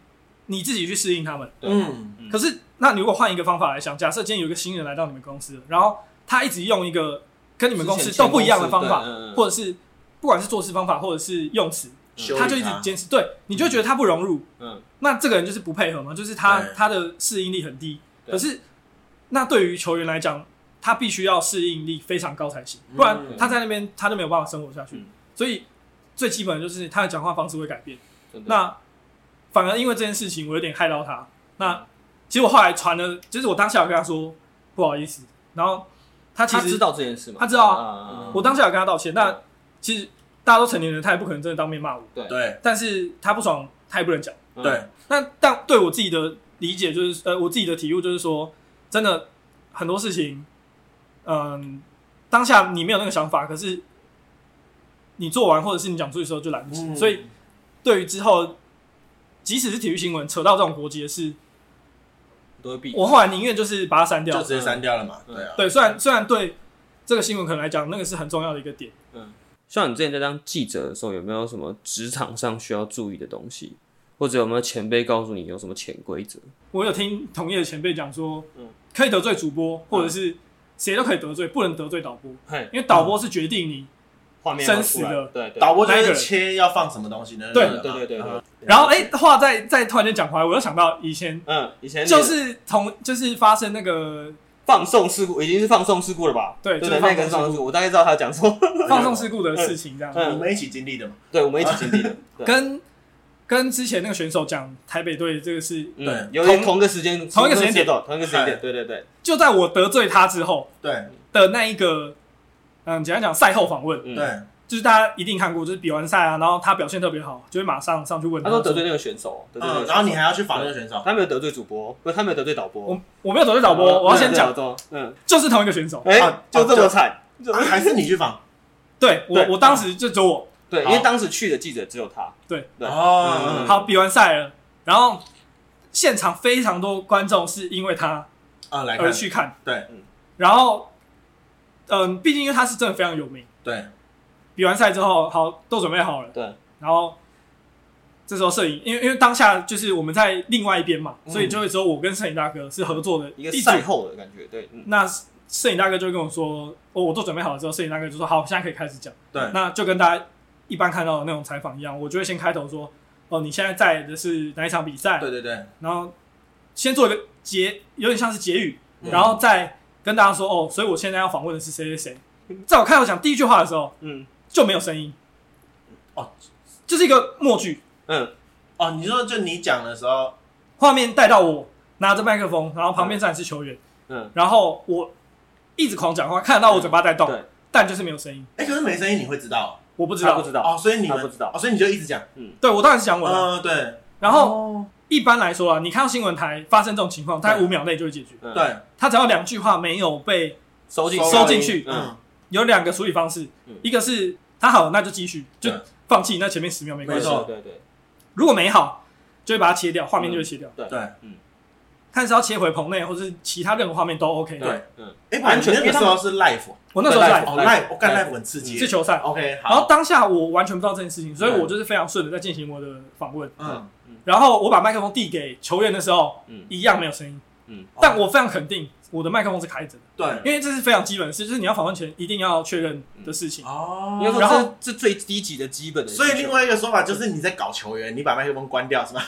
你自己去适应他们。对嗯，嗯可是，那你如果换一个方法来想，假设今天有一个新人来到你们公司，然后他一直用一个跟你们公司都不一样的方法，之前前公司对嗯嗯嗯或者是不管是做事方法或者是用词，修理他就一直坚持，对，你就会觉得他不融入。嗯，那这个人就是不配合嘛，就是他对他的适应力很低。对可是，那对于球员来讲，他必须要适应力非常高才行，嗯不然他在那边他就没有办法生活下去嗯。所以最基本的就是他的讲话方式会改变。真的那反而因为这件事情，我有点害到他。那其实我后来传了，就是我当下有跟他说不好意思，然后他其他实知道这件事吗？他知道啊啊我当下有跟他道歉。那其实大家都成年人，他也不可能真的当面骂我，对对但是他不爽，他也不能讲。嗯对，那但对我自己的理解就是，呃，我自己的体悟就是说，真的很多事情，嗯，当下你没有那个想法，可是你做完或者是你讲出去的时候就来不及。嗯所以对于之后，即使是体育新闻扯到这种国籍的事，都会避。我后来宁愿就是把它删就掉直。嗯接删掉了嘛。对啊，对，虽然虽然对这个新闻可能来讲，那个是很重要的一个点。像你之前在当记者的时候，有没有什么职场上需要注意的东西，或者有没有前辈告诉你有什么潜规则？我有听同业的前辈讲说嗯，可以得罪主播，或者是谁都可以得罪，不能得罪导播，嘿，因为导播是决定你画面面要出来生死的对对导播就那一是个人切要放什么东西呢？对那个对嘛对对对嗯然后哎、话再再突然间讲回来，我又想到以前嗯，以前就是同就是发生那个放送事故，已经是放送事故了吧？对对就是对，放那个是送放事送事故，我大概知道他讲什么。放送事故的事情，这样、嗯你们一起经历的嘛。 对，我们一起经历 的。对跟跟之前那个选手讲台北队这个事，嗯，对有同同个时间，同一个时间点嗯段，同一个时间点，对对对，就在我得罪他之后对的那一个，嗯，简单讲赛后访问，嗯，对，就是大家一定看过，就是比完赛啊，然后他表现特别好，就会马上上去问他说说得罪那个选手，得罪那个嗯，选手然后你还要去访那个选手。他没有得罪主播，不，他没有得罪导播，我我没有得罪导播，我要先哦对讲，，对对嗯，就是同一个选手，哎啊，就这么 惨，就啊还是你去访对我对我当时就只有我，对，因好为当时去的记者只有他，对哦嗯好，比完赛了，然后现场非常多观众是因为他啊，来看而，去看，对然后嗯，毕竟因为他是真的非常有名，对，比完赛之后好都准备好了，对，然后这时候摄影，因为因为当下就是我们在另外一边嘛，所以就会只有我跟摄影大哥是合作的一个一组赛，后的感觉，对，嗯，那摄影大哥就会跟我说，哦，我都准备好了之后，摄影大哥就说好，现在可以开始讲。对那就跟大家一般看到的那种采访一样，我就会先开头说，哦，你现在在的是哪一场比赛？对对对，然后先做一个结，有点像是结语，嗯然后再跟大家说哦，所以我现在要访问的是谁谁谁。在我开头讲第一句话的时候嗯就没有声音，哦，这是一个默剧，嗯，哦，你说就你讲的时候，画面带到我拿着麦克风，然后旁边站的是球员，嗯，然后我一直狂讲话，看得到我嘴巴在动，对，但就是没有声音，哎，可是没声音你会知道我不知他道，不知道，哦，所以你们他不知道哦，所以你就一直讲，对我当然是讲我的。嗯，对，然后哦一般来说啊，你看到新闻台发生这种情况，大概对五秒内就会解决。嗯，对，他只要两句话没有被收进收进去嗯嗯，有两个处理方式，嗯一个是他好，那就继续，就对放弃那前面十秒没关没系。错嗯对对如果没好，就会把它切掉，画面就会切掉。对对，看是要切回棚内，或是其他任何画面都 OK。对对，嗯，哎，反正完全那个时候是 live，哦我那时候在对哦 live live，我干 live live 很刺激是，球赛， OK，然后哦好，当下我完全不知道这件事情，所以对我就是非常顺的在进行我的访问。嗯，然后我把麦克风递给球员的时候，嗯一样没有声音，嗯，哦但我非常肯定我的麦克风是开着的，对，因为这是非常基本的事，就是你要访问前一定要确认的事情。哦应该然说后这这最低级的基本的需求，所以另外一个说法就是你在搞球员，你把麦克风关掉是吧？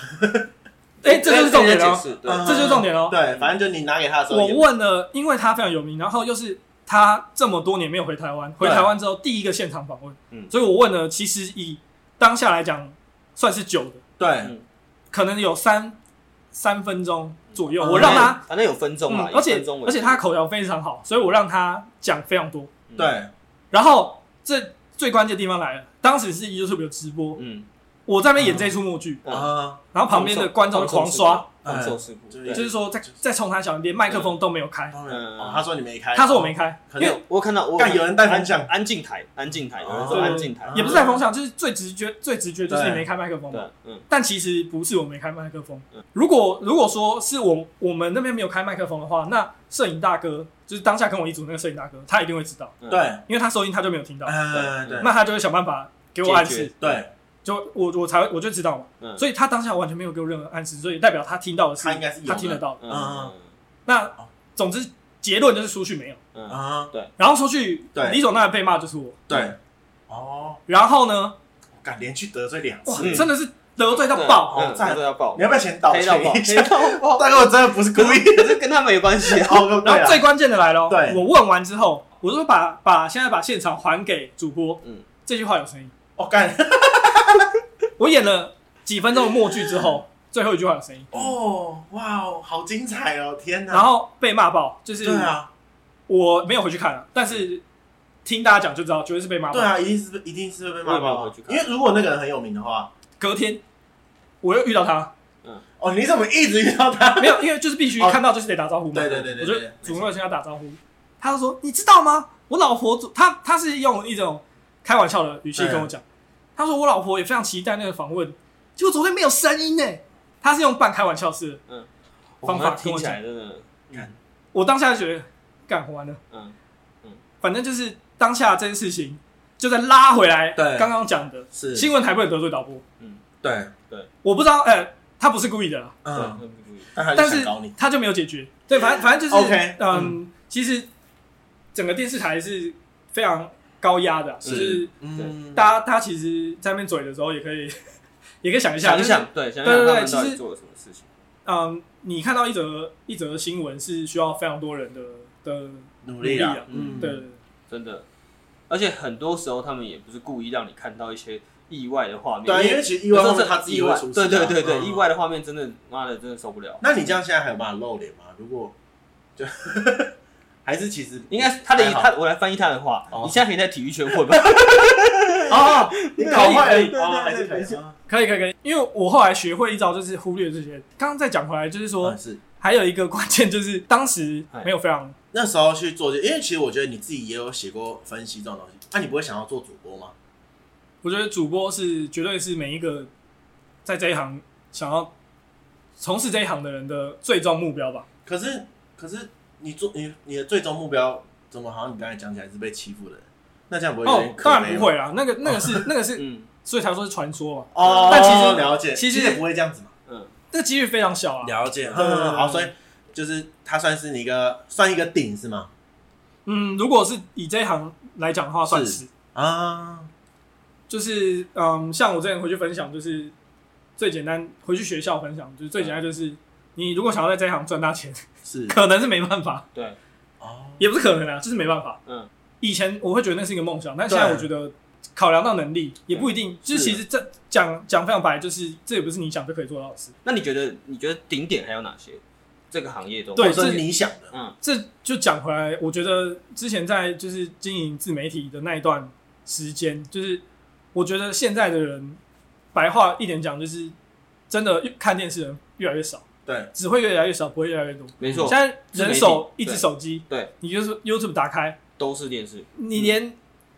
哎，这就是重点解哦，释，对，嗯这就是重点哦。对，反正就你拿给他的时候我啊也，问了，因为他非常有名，然后又是他这么多年没有回台湾，回对台湾之后第一个现场访问，啊嗯所以我问了，其实以当下来讲算是久的，对，嗯可能有三三分钟左右，嗯我让他，嗯反正有分钟嘛，而且以分钟为而且他口条非常好，所以我让他讲非常多，嗯对，然后这最关键的地方来了，当时是 YouTube 有直播，嗯，我在那边演这出默剧，嗯啊，然后旁边的观众就狂刷，哎放手事故，嗯对就是说在在冲他笑，连麦克风都没有开，当然，嗯哦他说你没开，他说我没开，可因能为我看到我干有人带风向，安静台，安静台，有人说哦安静台，也不是带风向，就是最直觉，最直觉就是你对没开麦克风嘛。啊对，嗯但其实不是我没开麦克风嗯。如果如果说是我我们那边没有开麦克风的话，那摄影大哥就是当下跟我一组那个摄影大哥，他一定会知道，嗯，对，因为他收音他就没有听到，嗯，对那他就会想办法给我暗哎解示决，对，就我我才我就知道嘛。嗯所以他当下完全没有给我任何暗示，所以代表他听到的是他应该是有的他听得到的。嗯哦嗯那总之结论就是出去没有，嗯啊，然后出去对理所当然被骂就是我，对，哦，然后呢，敢连续得罪两哇，次，真的是得罪到爆。好赞都嗯要爆你，要不要先道黑到爆，歉一黑下？到爆， 大哥，我真的不是故可 意，是可是跟他们有关系啊，哦，然对后最啊，关键的来了，对我问完之后，我就说把把现在把现场还给主播，嗯这句话有声音。哦干，我演了几分钟的默剧之后，最后一句话有声音，哦，哇哦，好精彩哦，天哪，然后被骂爆，就是对啊，我没有回去看了，但是听大家讲就知道，绝对是被骂爆对。啊，一定是一定是会被骂我也没有爆回啊去，看因为如果那个人很有名的话，隔天我又遇到他，哦，你怎么一直遇到 他？没有，因为就是必须哦看到就是得打招呼嘛。对对对对我就对对主动地跟他打招呼，他就说：“你知道吗？我老婆昨他他是用一种开玩笑的语气跟嗯我讲，他说我老婆也非常期待那个访问，结果昨天没有声音呢。欸他是用半开玩笑式的，嗯方法哇那听起来真的，我当下就觉得干完了，嗯反正就是当下这件事情就在拉回来，对刚刚讲的是新闻台不能得罪导播，嗯，对，我不知道，呃，他不是故意的啦，对嗯，那不是但他但就想是搞你，他就没有解决。对，反正反正就是 OK，嗯，其实整个电视台是非常高压的啊，就是是嗯，大家他其实在那边嘴的时候，也可以 也可以想一下，想就一是想，对，想一想对对他对们到其底实做了什么事情，嗯，你看到一则一则新闻是需要非常多人的的努努力啊，啊，嗯，对，真的，而且很多时候他们也不是故意让你看到一些意外的画面，对，啊因为其实意外有时会候是这他自己意会外出事对啊，对对对，嗯意。外的画面真的，妈的，真的受不了。那你这样现在还有办法露脸吗？如果 就还是其实应该是他的意还好他，我来翻译他的话，哦你现在可以在体育圈混吧？ 哦，你搞坏对对对了哦，还是可以对啊可以可以可以，因为我后来学会一招，就是忽略这些。刚刚再讲回来，就是说嗯是还有一个关键就是当时没有非常那时候去做这，因为其实我觉得你自己也有写过分析这种东西，啊那你不会想要做主播吗？我觉得主播是绝对是每一个在这一行想要从事这一行的人的最终目标吧。可是可是你做你你的最终目标，怎么好像你刚才讲起来是被欺负的人？那这样不会有哦点，可悲当吗然不会啦，那个那 个是、那个是，嗯所以才说是传说嘛，哦，但其实了解，其实也不会这样子嘛，嗯，这个几率非常小啊。了解，对对对嗯，好，所以就是他算是你一个算一个顶是吗？嗯，如果是以这一行来讲的话，算是是。啊，就是嗯，像我之前回去分享，就是最简单，回去学校分享，就是最简单，嗯就是你如果想要在这一行赚大钱，是可能是没办法，对，哦，也不是可能啊，就是没办法。嗯，以前我会觉得那是一个梦想，但现在对我觉得考量到能力也不一定，就是其实这讲讲非常白，就是这也不是你想就可以做到的事。那你觉得你觉得顶点还有哪些？这个行业中，对或者这是你想的，嗯，这就讲回来，我觉得之前在就是经营自媒体的那一段时间，就是我觉得现在的人，白话一点讲，就是真的看电视的人越来越少，对，只会越来越少，不会越来越多。没错现，在人手一只手机，对，你就是 YouTube 打开，都是电视，你连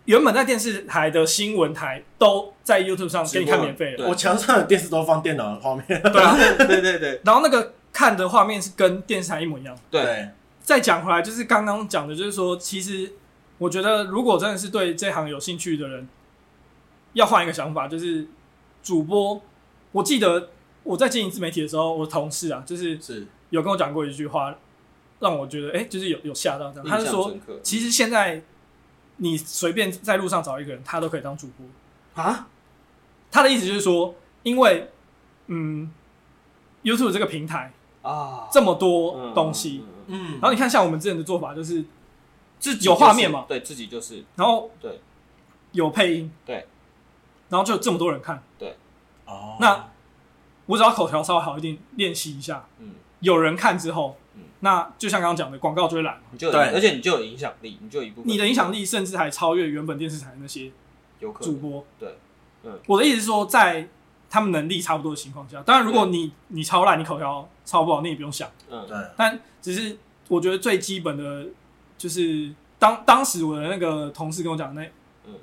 原本在电视台的新闻台都在 YouTube 上给你看直播免费了，对我墙上的电视都放电脑的画面，对啊， 对对对然后那个看的画面是跟电视台一模一样。对，再讲回来，就是刚刚讲的，就是说，其实我觉得，如果真的是对这行有兴趣的人，要换一个想法，就是主播。我记得我在经营自媒体的时候，我同事啊，就是是有跟我讲过一句话，让我觉得哎、诶就是有有吓到这样。他印是象说，深刻其实现在你随便在路上找一个人，他都可以当主播。啊，他的意思就是说，因为嗯，YouTube 这个平台啊，这么多东西，嗯嗯嗯嗯嗯然后你看像我们之前的做法就是。自己有就是画面嘛对自己就是然后对有配音，对，然后就有这么多人看。哦，那我只要口条稍微好一点，练习一下，嗯，有人看之后，嗯那就像刚刚讲的，广告追来，你就有对而且你就有影响力，你就有一部分你的影响力甚至还超越原本电视台那些有可主能播。对，嗯我的意思是说，在他们能力差不多的情况下，当然如果你你超烂，你口条超不好，你也不用想。嗯对，但只是我觉得最基本的，就是当当时我的那个同事跟我讲的那嗯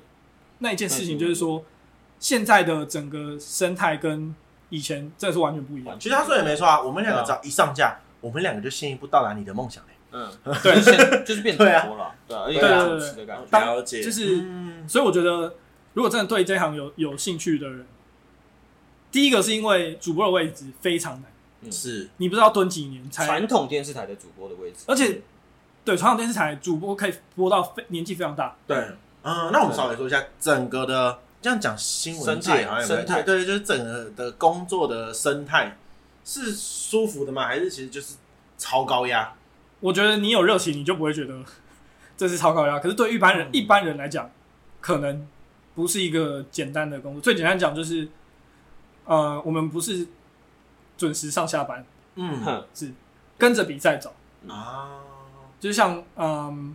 那一件事情，就是说现在的整个生态跟以前真的是完全不一样。其实他说也没错啊，我们两个只要一上架，我们两个就先一步到达你的梦想嘞。嗯，对就是现就是变主对啊播了，对啊，而且对啊主持的感觉，当了解就是嗯所以我觉得，如果真的对这一行有有兴趣的人，第一个是因为主播的位置非常难，是你不知道蹲几年才传统电视台的主播的位置，而且对传统电视台主播可以播到非年纪非常大。对，嗯，那我们稍微说一下整个的，这样讲新闻生态界好像也不太生态对，对就是整个的工作的生态是舒服的吗？还是其实就是超高压？我觉得你有热情，你就不会觉得 这是超高压。可是对一般人、一般人来讲，可能不是一个简单的工作。最简单讲就是，呃，我们不是准时上下班，嗯哼是跟着比赛走。啊，就是像嗯、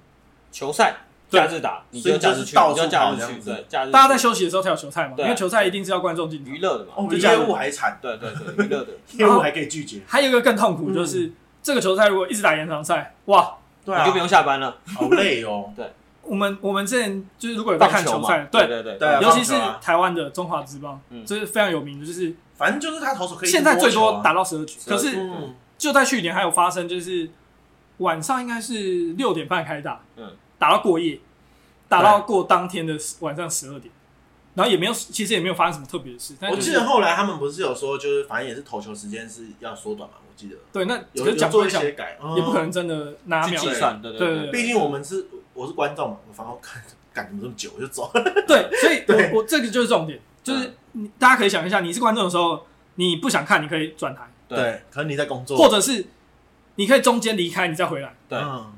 球赛对假日打，你所以就假就日是去，到你就处假跑日这去，样子对，假日大家在去休息的时候才有球赛嘛，嗯对因啊为球赛一定是要观众进场娱。乐的嘛，哦，就比这样业务还惨，对对对，娱乐 的，业务还可以拒绝，还有一个更痛苦就是，这个球赛如果一直打延长赛，哇，对你啊就不，用下班了，好累哦，我们我们之前就是如果有在棒看球球嘛，赛，对对对对啊尤其是棒球啊台湾的中华职棒，嗯这是非常有名的，就是反正就是他投手可以现在最多球多啊打到十二局， 12可是嗯就在去年还有发生，就是晚上应该是六点半开打，嗯，打到过夜，打到过当天的晚上十二点，然后也没有，其实也没有发生什么特别的事。但我就是记得后来他们不是有说，就是反正也是投球时间是要缩短嘛，我记得对，那有可是有讲做归一讲，些改，也不可嗯。能真的拿去秒计算，对对 对，对毕竟我们是我是观众嘛，我反正看赶怎么这么久，我就走。对，所以对我我这个就是重点，嗯就是你大家可以想一下，你是观众的时候，你不想看，你可以转台，对，可能你在工作，或者是你可以中间离开，你再回来。对嗯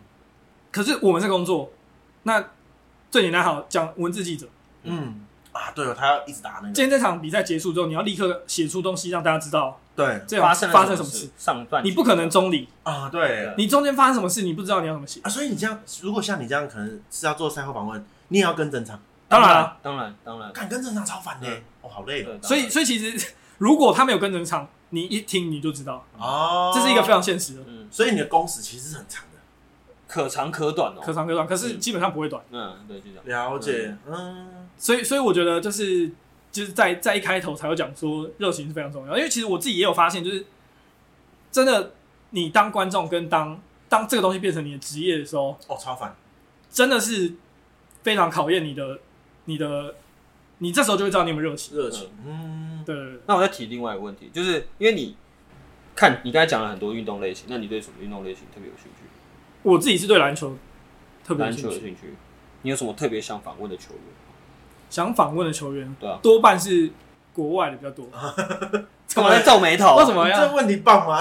可是我们这工作，那最简单好讲文字记者，嗯啊，对哦，他要一直打那个，今天这场比赛结束之后，你要立刻写出东西让大家知道对这发场生了发生什么事事，，上段你不可能中离，啊，对对你中间发生什么事，你不知道你要怎么写。啊，所以你这样，如果像你这样，可能是要做赛后访问，你也要跟正常，当然啊，了，当然当然，敢跟正常超烦的嗯，哦，好累对，所以所以其实如果他没有跟整场，你一听你就知道，哦。这是一个非，常现实的，嗯，所以你的工时其实是很长的。可长可短哦，可长可短，可是基本上不会短。嗯，对，就这样，了解，嗯，所以，所以我觉得就是就是在在一开头才会讲说热情是非常重要，因为其实我自己也有发现，就是真的你当观众跟当当这个东西变成你的职业的时候，哦，超烦，真的是非常考验你的你的你这时候就会知道你有没有热情。热情，嗯，对对对，那我再提另外一个问题，就是因为你看你刚才讲了很多运动类型，那你对什么运动类型特别有兴趣？我自己是对篮球特别有篮兴球的趣。兴趣？你有什么特别想访问的球员？想访问的球员，对啊多半是国外的比较 多。干嘛在皱眉头？为什么这呀？问题棒吗？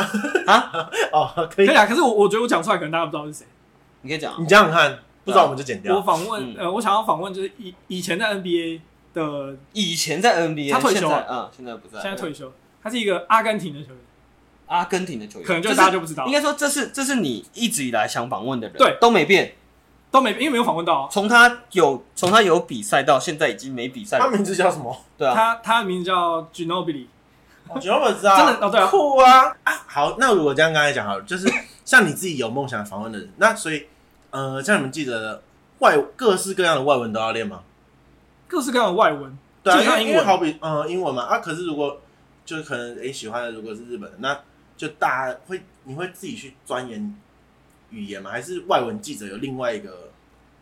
啊？ 哦，可可以以，啊，可是我我觉得我讲出来，可能大家不知道是谁。你可以讲啊你想想看，不知道我们就剪我掉。访问，嗯呃，我想要访问就是以以前在 NBA 的，以前在 NBA，他退休现了在嗯，现在不在，现在退休，他是一个阿根廷的球员，阿根廷的球员，可能就这是大家就不知道应，该说这是这是你一直以来想访问的人，对，都没变。都没因为没有访问到啊。从他有从他有比赛到现在已经没比赛啊他了，名字叫什么？对啊，他他的名字叫 Ginobili，我觉得我知道，真的哦对啊酷啊啊！好，那如果这样刚才讲好了，就是像你自己有梦想访问的人，那所以呃，像你们记得外各式各样的外文都要练吗？各式各样的外文，对啊，就因像为英因为文好比嗯、呃英文嘛啊，可是如果就是可能诶、喜欢的如果是日本的，那就大家会你会自己去钻研语言吗？还是外文记者有另外一个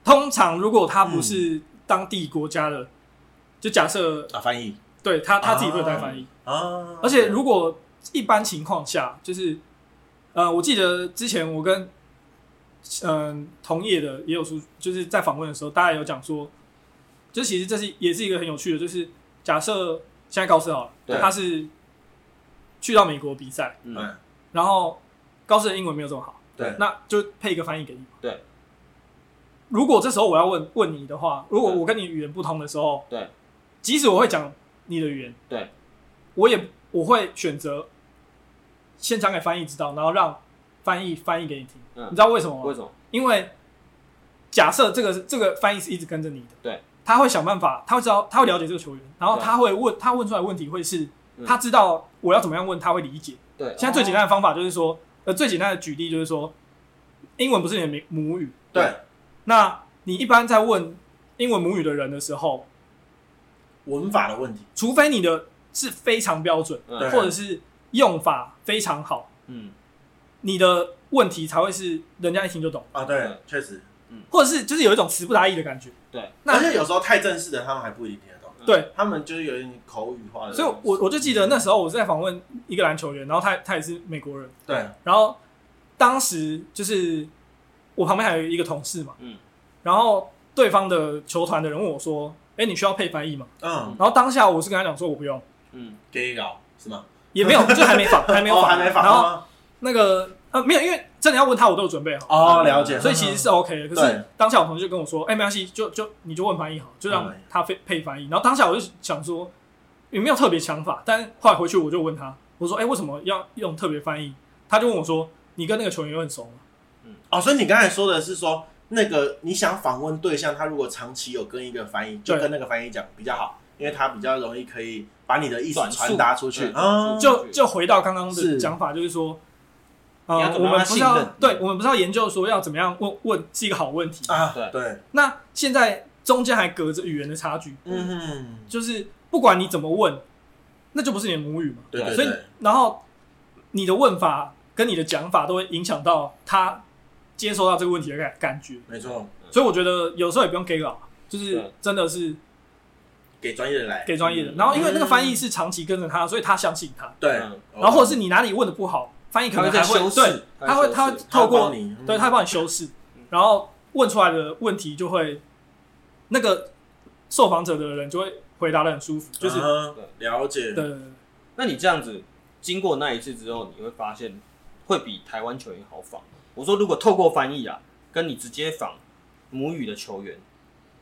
通常如果他不嗯是当地国家的，就假设啊翻译对他他自己会有在翻译，啊？而且如果一般情况下，就是呃，我记得之前我跟嗯、同业的也有说，就是在访问的时候，大家有讲说，就其实这是也是一个很有趣的，就是假设现在高斯好对了，他是去到美国比赛，嗯，然后高斯的英文没有这么好，对那就配一个翻译给你。对，如果这时候我要问问你的话，如果我跟你语言不通的时候，对，即使我会讲你的语言，对，我也我会选择先讲给翻译知道，然后让翻译翻译给你听。嗯你知道为什么吗？为什么？因为假设这个这个翻译是一直跟着你的，对，他会想办法，他会知道，他会了解这个球员，然后对他会问他问出来的问题会是嗯，他知道我要怎么样问，他会理解。对现在最简单的方法就是说，呃，最简单的举例就是说，英文不是你的母母语，对，那你一般在问英文母语的人的时候，文法的问题，除非你的是非常标准，嗯对或者是用法非常好，嗯，你的问题才会是人家一听就懂，啊，对对，确实，或者是就是有一种词不达意的感觉。对，那而且有时候太正式的他们还不一定听得懂，对，他们就是有点口语化的东西，所以我我就记得那时候我是在访问一个篮球员，然后他他也是美国人，对然后当时就是我旁边还有一个同事嘛，嗯，然后对方的球团的人问我说：“哎，你需要配翻译吗嗯，然后当下我是跟他讲说我不用，嗯，给搞是吗？也没有，就还没访，还没有哦访，还没访然后吗？那个呃没有，因为真的要问他，我都有准备好，哦，了解。嗯所以其实是 OK 的。可对是当下我同事就跟我说：“哎，没关系，就就你就问翻译好，就让嗯他配配翻译。”然后当下我就想说也没有特别想法，但后来回去我就问他，我说：“哎，为什么要用特别翻译？”他就问我说：“你跟那个球员有很熟吗哦，所以你刚才说的是说，那个你想访问对象，他如果长期有跟一个翻译，就对跟那个翻译讲比较好，因为他比较容易可以把你的意思转述传达出去对啊。嗯。就就回到刚刚是的讲法，就是说，你要呃，怎我么让们他不是信要任对，我们不是要研究说要怎么样问问是一个好问题。啊，对对，那现在中间还隔着语言的差距，嗯哼，就是不管你怎么问，那就不是你的母语嘛。对对所以对，然后你的问法跟你的讲法都会影响到他接收到这个问题的感感觉。没错，所以我觉得有时候也不用给稿，就是对真的是给专业人来，给专业的。嗯然后因为那个翻译是长期跟着他，所以他相信他。对，哦嗯然然后或者是你哪里问的不好，翻译可他能会在还修会对饰，，他会他在会修饰透过你，嗯对他会帮你修饰，然后问出来的问题就会那个受访者的人就会回答的很舒服，就是嗯哼对了解对，对对那你这样子经过那一次之后，你会发现会比台湾球员好访。我说，如果透过翻译啊，跟你直接访母语的球员，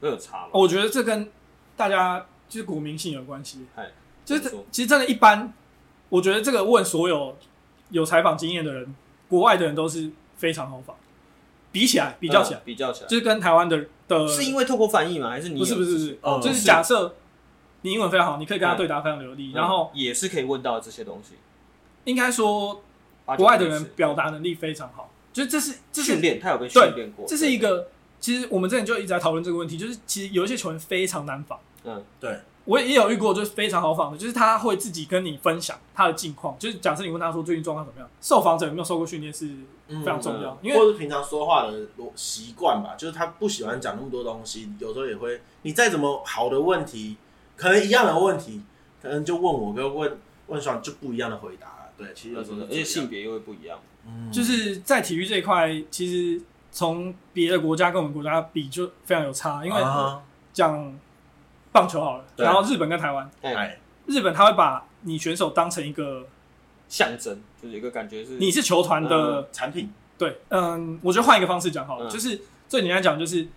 会有差吗？我觉得这跟大家就是股民性有关系嗨，就是怎这么说其实真的，一般我觉得这个问所有有采访经验的人，国外的人都是非常好访，比起来比较起来嗯，比较起来，就是跟台湾的的，是因为透过翻译吗？还是你不是不是？是不是，哦就是是假设你英文非常好，你可以跟他嗯对答非常流利，嗯然后也是可以问到这些东西。应该说八九国外的不离人十表达能力非常好，就是这是这训是练，他有被训对练过，这是一个，其实我们之前就一直在讨论这个问题，就是其实有一些球员非常难访。嗯对，我也有遇过，就是非常好访的，就是他会自己跟你分享他的近况，就是假设你问他说最近状况怎么样，受访者有没有受过训练是嗯非常重要，因或为者是平常说话的逻习惯吧，就是他不喜欢讲那么多东西，有时候也会，你再怎么好的问题，可能一样的问题，可能就问我跟问问爽就不一样的回嗯答了。对，其实有时候是而这且样性别又会不一样。嗯就是在体育这一块，其实从别的国家跟我们国家比就非常有差，因为啊讲棒球好了，对然后日本跟台湾，哎，哎，日本他会把你选手当成一个象征就是有一个感觉是你是球团的、产品对，嗯，我觉得换一个方式讲好了，嗯就是最简单讲就是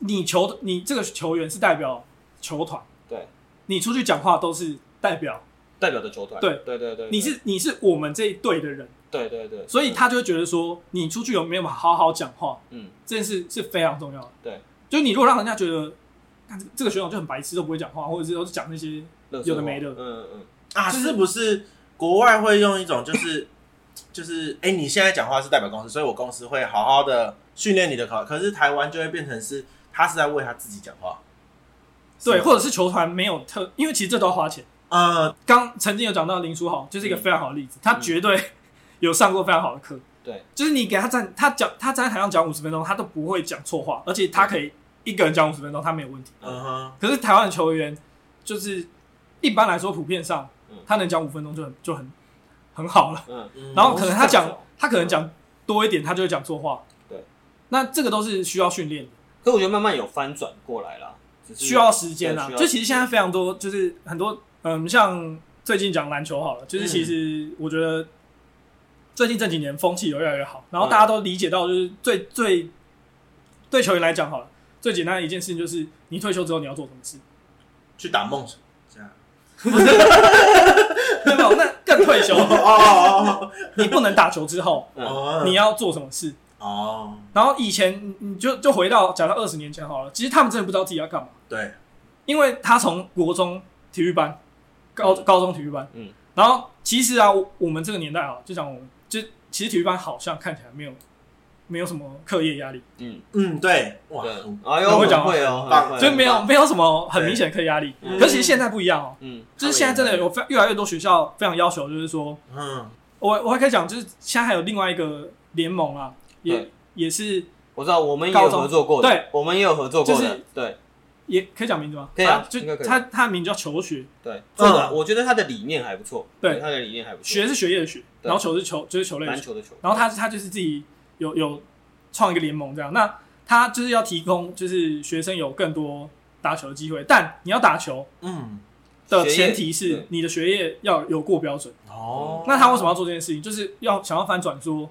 你球你这个球员是代表球团，对，你出去讲话都是代表代表的球团，对对对对，你是你是我们这一队的人，对对对，所以他就会觉得说你出去有没有好好讲话，嗯这件事是非常重要的。对，就你如果让人家觉得，看这个这个选手就很白痴，都不会讲话，或者是都是讲那些，乐色有话的没的嗯嗯嗯，啊，就是是不是国外会用一种就是 就是哎、你现在讲话是代表公司，所以我公司会好好的训练你的考，可是台湾就会变成是他是在为他自己讲话，对，是或者是球团没有特，因为其实这都要花钱。呃，刚曾经有讲到林书豪，就是一个嗯非常好的例子，他绝对 有上过非常好的课。对，就是你给他站，他讲他站在台上讲五十分钟，他都不会讲错话，而且他可以一个人讲五十分钟，他没有问题。嗯哼，可是台湾的球员，就是一般来说普遍上嗯，他能讲五分钟就很就很很好了。嗯，嗯然后可能他哦是这样子讲哦，他可能讲多一点，他就会讲错话。对，那这个都是需要训练的，可我觉得慢慢有翻转过来啦，只是需要时间啦。对需要就其实现在非常多，就是很多，嗯，像最近讲篮球好了，就是嗯其实我觉得最近这几年风气有越来越好，嗯然后大家都理解到，就是最最对球员来讲好了，最简单的一件事情就是你退休之后你要做什么事。 去打梦想，这样没有，那更退休，哦你不能打球之后嗯哦你要做什么事？哦，然后以前你你就就回到假设二十年前好了，其实他们真的不知道自己要干嘛。对，因为他从国中体育班、高高中体育班，嗯，然后其实啊，我我们这个年代啊，就讲我们就其实体育班好像看起来没有没有什么课业压力，嗯，嗯对，哇，对很，哎很呦，会讲很会话哦，棒很会就没有，没有什么很明显的课业压力。嗯可是其实现在不一样哦，嗯，就是现在真的有非越来越多学校非常要求，就是说嗯我我还可以讲，就是现在还有另外一个联盟啊，也对也是我知道，我们也有合作过的，高中对，我们也有合作过就的是，对也可以讲名字吗？可以啊反正应该就可以他他的名字叫求学，对，做的嗯我觉得他的理念还不错，对他的理念还不错，学是学业的学，对然后球是球就是球类的篮球。球的球，然后他他就是自己有有创一个联盟这样，那他就是要提供就是学生有更多打球的机会，但你要打球嗯的学业前提是对你的学业要有过标准。哦，那他为什么要做这件事情？就是要想要翻转说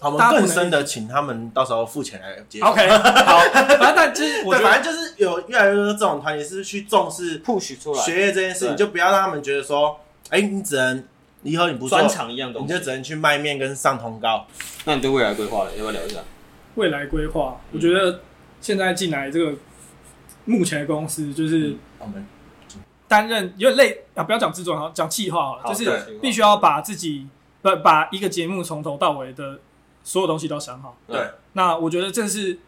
好，我大们家不能更深的请他们到时候付钱来嗯接。 ，OK，好，反正但就是我对，觉得反正就是有越来越多这种团体是去重视 push 出来，学业这件事，对你就不要让他们觉得说，哎，你只能以后你不做专，场一样你东就西只。能去卖面跟上通告。那你对未来规划了，要不要聊一下？未来规划，我觉得现在进来这个目前的公司就是我们担任有点累啊，不要讲制作人好了，讲企划好了，好就是对企划必须要把自己把把一个节目从头到尾的所有东西都想好。嗯对那我觉得这是，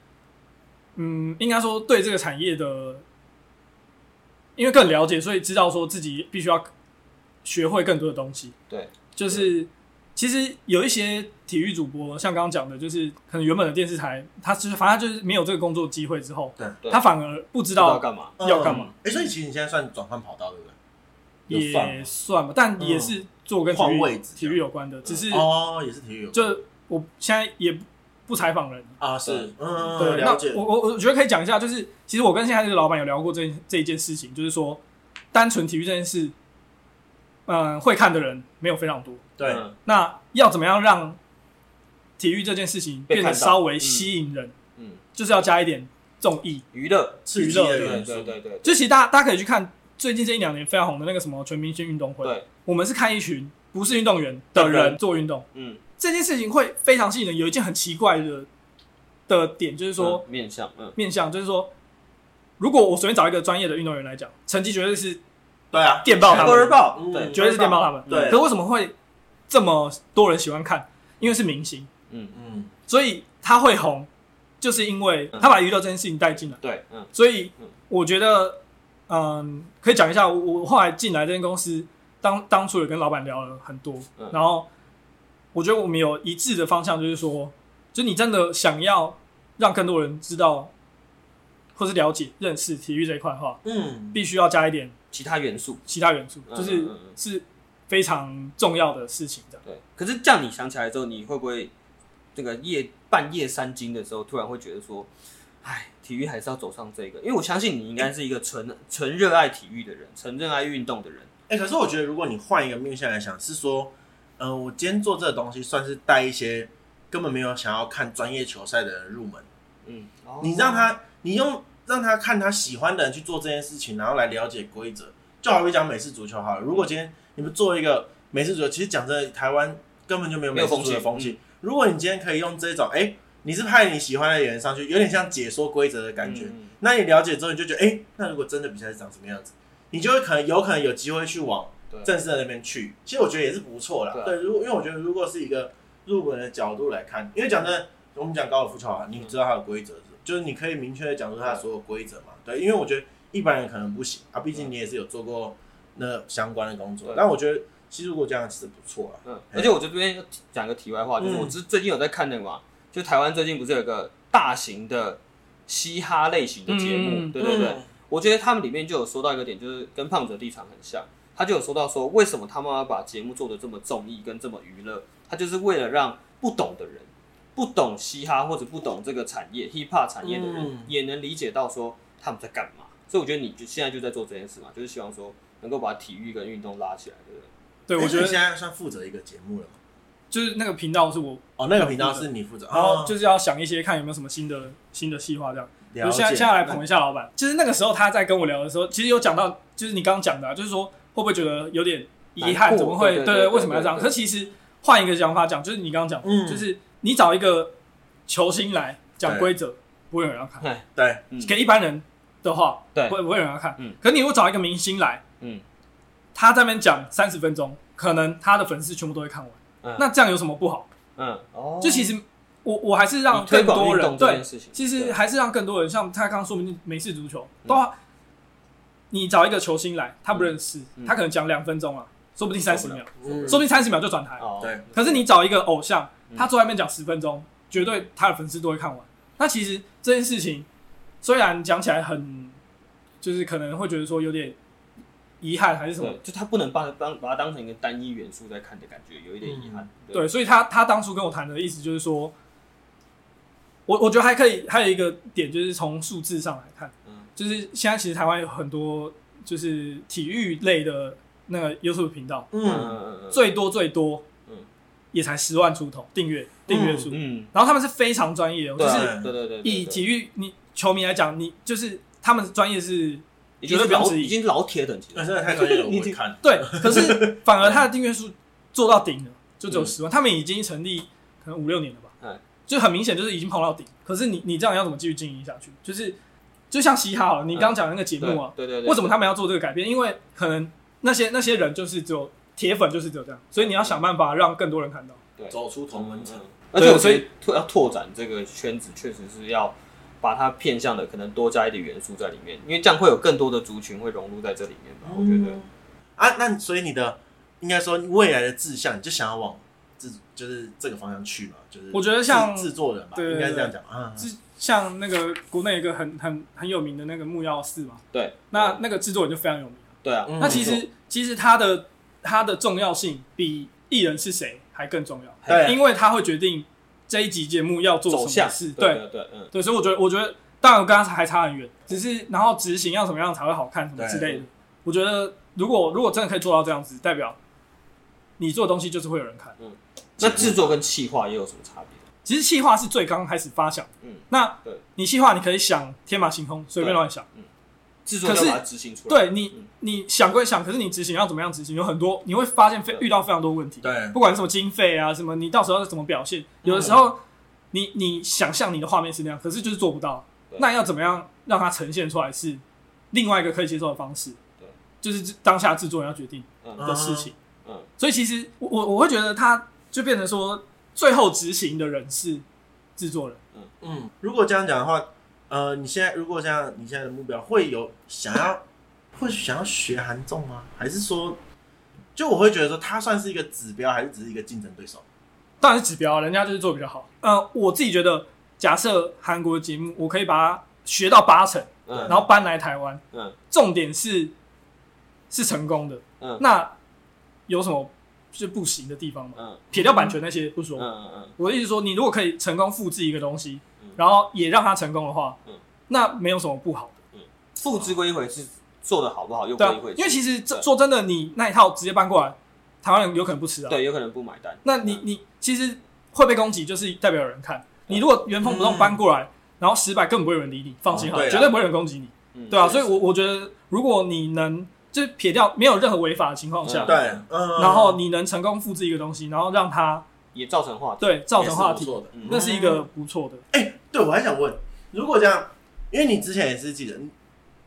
嗯，应该说对这个产业的，因为更了解，所以知道说自己必须要学会更多的东西。对，就是其实有一些体育主播，像刚刚讲的，就是可能原本的电视台，他是反正就是没有这个工作机会之后，对对他反而不知知道道干嘛？要干嘛，哎，所以其实你现在算转换跑道，对不对？有算也吗算吧，但也是做跟体换育位置体育有关的，只是哦，也是体育有关就我现在也不不采访人。啊，是嗯，对，了解那我我我觉得可以讲一下，就是其实我跟现在这个老板有聊过这这一件事情，就是说单纯体育这件事，嗯、会看的人没有非常多。对，嗯那要怎么样让体育这件事情被变看得到稍微嗯吸引人，嗯，就是要加一点综艺。娱乐，刺激的娱对乐元对素，对对就其实大家大家可以去看最近这一两年非常红的那个什么全明星运动会，对，我们是看一群不是运动员的人做运动，嗯，这件事情会非常吸引人。有一件很奇怪的的点就是说。嗯面向，嗯，面向，就是说，如果我随便找一个专业的运动员来讲，成绩绝对是对啊，电爆他波尔们，报，嗯对，绝对是电爆他们。对可为什么会这么多人喜欢看？因为是明星，嗯，嗯，所以他会红，就是因为嗯他把娱乐这件事情带进来。对，嗯，所以嗯我觉得，嗯，可以讲一下，我我后来进来这间公司，当当初也跟老板聊了很多嗯，然后我觉得我们有一致的方向，就是说，就你真的想要让更多人知道，或是了解、认识体育这一块的话，嗯，必须要加一点其他元素，其他元素，嗯就是嗯嗯嗯是非常重要的事情的。对。可是这样你想起来之后，你会不会那个夜半夜三更的时候，突然会觉得说，哎，体育还是要走上这个，因为我相信你应该是一个纯纯热爱体育的人，纯热爱运动的人。哎、可是我觉得如果你换一个面向来想，是说，嗯、我今天做这个东西，算是带一些根本没有想要看专业球赛的人入门。嗯，你让他，你用让他看他喜欢的人去做这件事情，然后来了解规则。就好比讲美式足球好了，如果今天你们做一个美式足球，其实讲真的，台湾根本就没有美式足球的风气。如果你今天可以用这种，哎、你是派你喜欢的人上去，有点像解说规则的感觉。嗯那你了解之后，你就觉得，哎、那如果真的比赛是长什么样子，你就会可能有可能有机会去往对正式的那边去。其实我觉得也是不错啦。对啊对，如果因为我觉得如果是一个入门的角度来看，因为讲真的，我们讲高尔夫球啊，你知道它的规则是，就是你可以明确的讲出它的所有规则嘛。对，因为我觉得一般人可能不行啊，毕竟你也是有做过那相关的工作对。但我觉得其实如果这样是不错啊啦。嗯，而且我这边讲个题外话，就是我之最近有在看那个嘛，就台湾最近不是有个大型的嘻哈类型的节目，嗯对对对，嗯我觉得他们里面就有说到一个点，就是跟胖子的立场很像，他就有说到说为什么他们要把节目做的这么综艺跟这么娱乐，他就是为了让不懂的人。不懂嘻哈或者不懂这个产业 hip hop 产业的人，嗯也能理解到说他们在干嘛，所以我觉得你就现在就在做这件事嘛，就是希望说能够把体育跟运动拉起来，对不对？对，诶我觉哎你现得在算负责一个节目了嘛？就是那个频道是我，哦，那个频道是你负责，然后哦就是要想一些看有没有什么新的新的细化这样。了就解。现在现在来捧一下老板，就是那个时候他在跟我聊的时候，其实有讲到，就是你刚刚讲的啊、就是说会不会觉得有点遗难憾，过怎么会对对对对为什么要这样？对对可其实换一个想法讲，就是你刚刚讲，嗯就是你找一个球星来讲对规则，不会有人要看；对，嗯给一般人的话，对不会不会有人要看。嗯可你如果找一个明星来，嗯，他在那边讲三十分钟，可能他的粉丝全部都会看完，嗯那这样有什么不好？嗯，哦就其实我我还是让以推更广多运人动这对件事情，其对嗯实还是让更多人，像他刚刚说明美式足球，都要你找一个球星来，他不认识，嗯他可能讲两分钟啊，说不定三十秒，嗯说不定三十秒就转台。哦对可是你找一个偶像嗯，他坐在那边讲十分钟，绝对他的粉丝都会看完。那其实这件事情虽然讲起来很，就是可能会觉得说有点遗憾还是什么，对，就他不能把当把它当成一个单一元素在看的感觉，有一点遗憾。对，所以他他当初跟我谈的意思就是说，我我觉得还可以，还有一个点就是从数字上来看，嗯就是现在其实台湾有很多就是体育类的那个 YouTube 频道，嗯嗯，嗯嗯，最多最多，嗯也才十万出头订阅订阅数，嗯，然后他们是非常专业的，对就啊是对对对，对以对体育你球迷来讲，你就是他们专业是已经绝对不用老质疑已经老铁等级那了，真的太专 业了，我不会看。 对，可是反而他的订阅数做到顶了，就只有十万。他们已经成立可能五六年了吧，嗯就很明显就是已经跑到顶。可是你你这样要怎么继续经营下去？就是就像嘻哈好了，你刚刚讲的那个节目啊，哎对对对对，为什么他们要做这个改变？因为可能那些那些人就是只有铁粉，就是只有这样，所以你要想办法让更多人看到。走出同嗯温嗯层嗯。而且对我所所以以拓要拓展这个圈子，确实是要把它偏向的可能多加一点元素在里面，因为这样会有更多的族群会融入在这里面吧。我觉得啊，那所以你的应该说未来的志向，你就想要往制就是这个方向去嘛？就是我觉得像制制作人吧，对应该这样讲啊。嗯是像那个国内有一个很很很有名的那个木曜四嘛，对，那那个制作人就非常有名。对啊，嗯那其实其实他的他的重要性比艺人是谁还更重要。对因为他会决定这一集节目要做走什么向事。对对对对，嗯，对，所以我觉得，我觉得当然我跟他还差很远，只是然后执行要怎么样才会好看什么之类的。我觉得如果如果真的可以做到这样子，代表你做的东西就是会有人看。那制作跟企划也有什么差别？其实企划是最刚开始发想，嗯，那对你企划你可以想天马行空，随便乱想。制作要可是把它执行出来，对你嗯，你想归想，可是你执行要怎么样执行，有很多你会发现非对遇到非常多问题。对不管什么经费啊，什么你到时候要怎么表现，嗯有的时候你你想象你的画面是那样，可是就是做不到对。那要怎么样让它呈现出来是另外一个可以接受的方式？对，就是当下制作人要决定嗯的事情。嗯所以其实我我我会觉得他就变成说，最后执行的人是制作人。嗯，如果这样讲的话，呃，你现在如果这样，你现在的目标会有想要 会想要学韩综吗？还是说，就我会觉得说，它算是一个指标，还是只是一个竞争对手？当然是指标啊，人家就是做比较好。呃，我自己觉得，假设韩国节目我可以把它学到八成，嗯然后搬来台湾，嗯重点是是成功的，嗯那有什么是不行的地方嘛。嗯撇掉版权那些不说，嗯嗯嗯，我的意思说，你如果可以成功复制一个东西嗯，然后也让它成功的话嗯，那没有什么不好的，复制归一回是做的好不好又对啊归一回事，因为其实这对说真的，你那一套直接搬过来，台湾人有可能不吃啊。对有可能不买单，那你嗯你其实会被攻击，就是代表有人看。你如果原封不嗯动搬过来，然后失败，更不会有人理你，放心好对了，啊绝对不会有人攻击你，嗯对啊。对所以我我觉得，如果你能就是撇掉没有任何违法的情况下嗯，对，嗯，然后你能成功复制一个东西，然后让它也造成话题，对造成话也是题，不错的。嗯那是一个不错的。哎、对我还想问，如果这样，因为你之前也是记者，你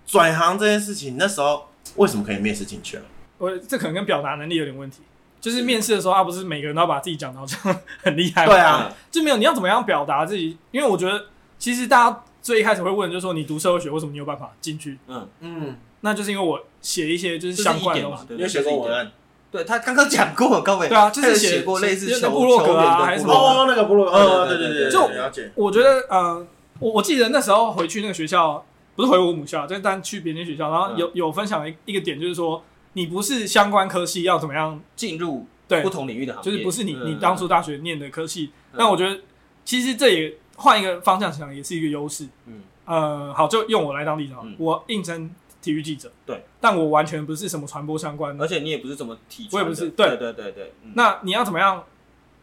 转行这件事情，那时候为什么可以面试进去啊？我这可能跟表达能力有点问题。就是面试的时候，啊，不是每个人都要把自己讲到这样 很厉害吗？对嗯啊，就没有你要怎么样表达自己？因为我觉得其实大家最一开始会问，就是说你读社会学为什么你有办法进去？嗯，嗯，那就是因为我写一些就是这相是一关的点东嘛西，，对因不对为写过文，案对他刚刚讲过高伟，对啊，就他有是写过类似写球部落格球员的啊，还是部什落格么？哦，那个部落，对嗯，对对对对对对，就了解，我觉得呃，我我记得那时候回去那个学校，不是回我母校，就是但去别人学校，嗯然后有、有分享一一个点，就是说你不是相关科系要怎么样，进入对不，同领域的行业，就是不是你你嗯当初大学念的科系，嗯那我觉得其实这也换一个方向想，也是一个优势。嗯呃，好，就用我来当例子好了嗯我应征体育记者，对，但我完全不是什么传播相关嗯的。而且你也不是怎么提出我来也的，不是对对对对，嗯那你要怎么样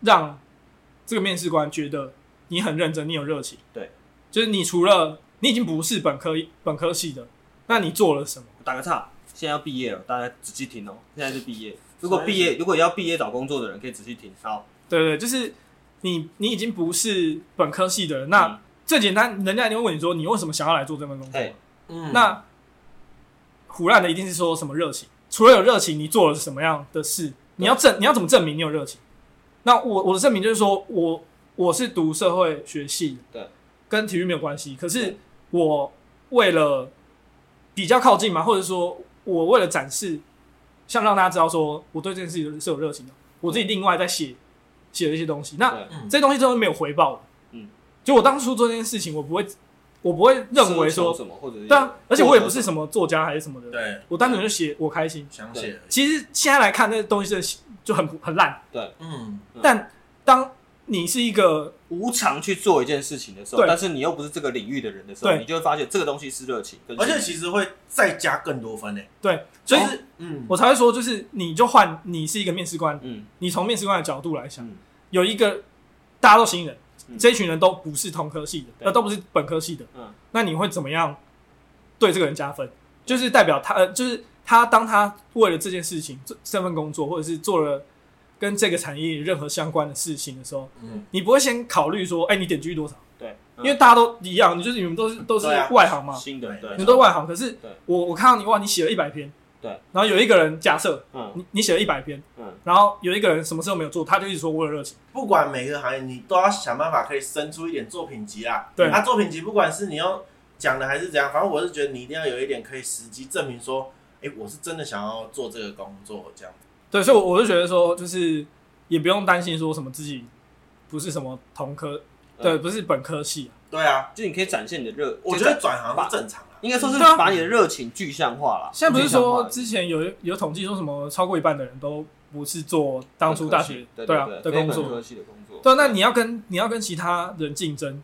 让这个面试官觉得你很认真，你有热情？对，就是你除了你已经不是本科本科系的，那你做了什么？打个岔，现在要毕业了，大家仔细听哦，现在是毕业。如果毕业，如果要毕业找工作的人，可以仔细听。好，对对，就是你你已经不是本科系的人，那、嗯最简单，人家一定会问你说你为什么想要来做这份工作？嘿嗯那胡乱的一定是说什么热情，除了有热情，你做了什么样的事？你要证，你要怎么证明你有热情？那我我的证明就是说我我是读社会学系的，对，跟体育没有关系。可是对我为了比较靠近嘛，或者说我为了展示，想让大家知道说我对这件事情是有热情的，我自己另外在写写了一些东西。那对这东西真的没有回报的，嗯，就我当初做这件事情，我不会我不会认为奢说求什么，或者是对啊，而且我也不是什么作家还是什么的，对，我单纯就写我开心。想写，其实现在来看，那东西真的是就很很烂，嗯，嗯但当你是一个无偿去做一件事情的时候，对但是你又不是这个领域的人的时候，对你就会发现这个东西是热情，跟而且其实会再加更多分诶，对，就所以哦是嗯，我才会说，就是你就换你是一个面试官，嗯你从面试官的角度来想，嗯有一个大家都新人，嗯这一群人都不是同科系的，对呃，都不是本科系的，嗯那你会怎么样对这个人加分？就是代表他，呃，就是他当他为了这件事情、这这份工作，或者是做了跟这个产业任何相关的事情的时候，嗯你不会先考虑说，哎、你点击率多少？对，因为大家都一样，你就是你们都是都是对啊外行嘛 嗯，新的对你们都是外行。可是对我我看到你哇，你写了一百篇，对，然后有一个人假设嗯你你写了一百篇，嗯然后有一个人什么事都没有做，他就一直说我有热情，不管每个行业，你都要想办法可以生出一点作品集啦。对他作品集不管是你要讲的还是怎样，反正我是觉得你一定要有一点可以实际证明说，哎、我是真的想要做这个工作这样子。对，所以我我就觉得说，就是也不用担心说什么自己不是什么同科，嗯对，不是本科系啊，对啊，就你可以展现你的热，我觉就得是转行是正常啊。应该说是对啊把你的热情具象化了。现在不是具说象化之前有有统计说什么超过一半的人都不是做当初大学对啊对的工非本作，科系的工作，对啊，那你要跟你要跟其他人竞争，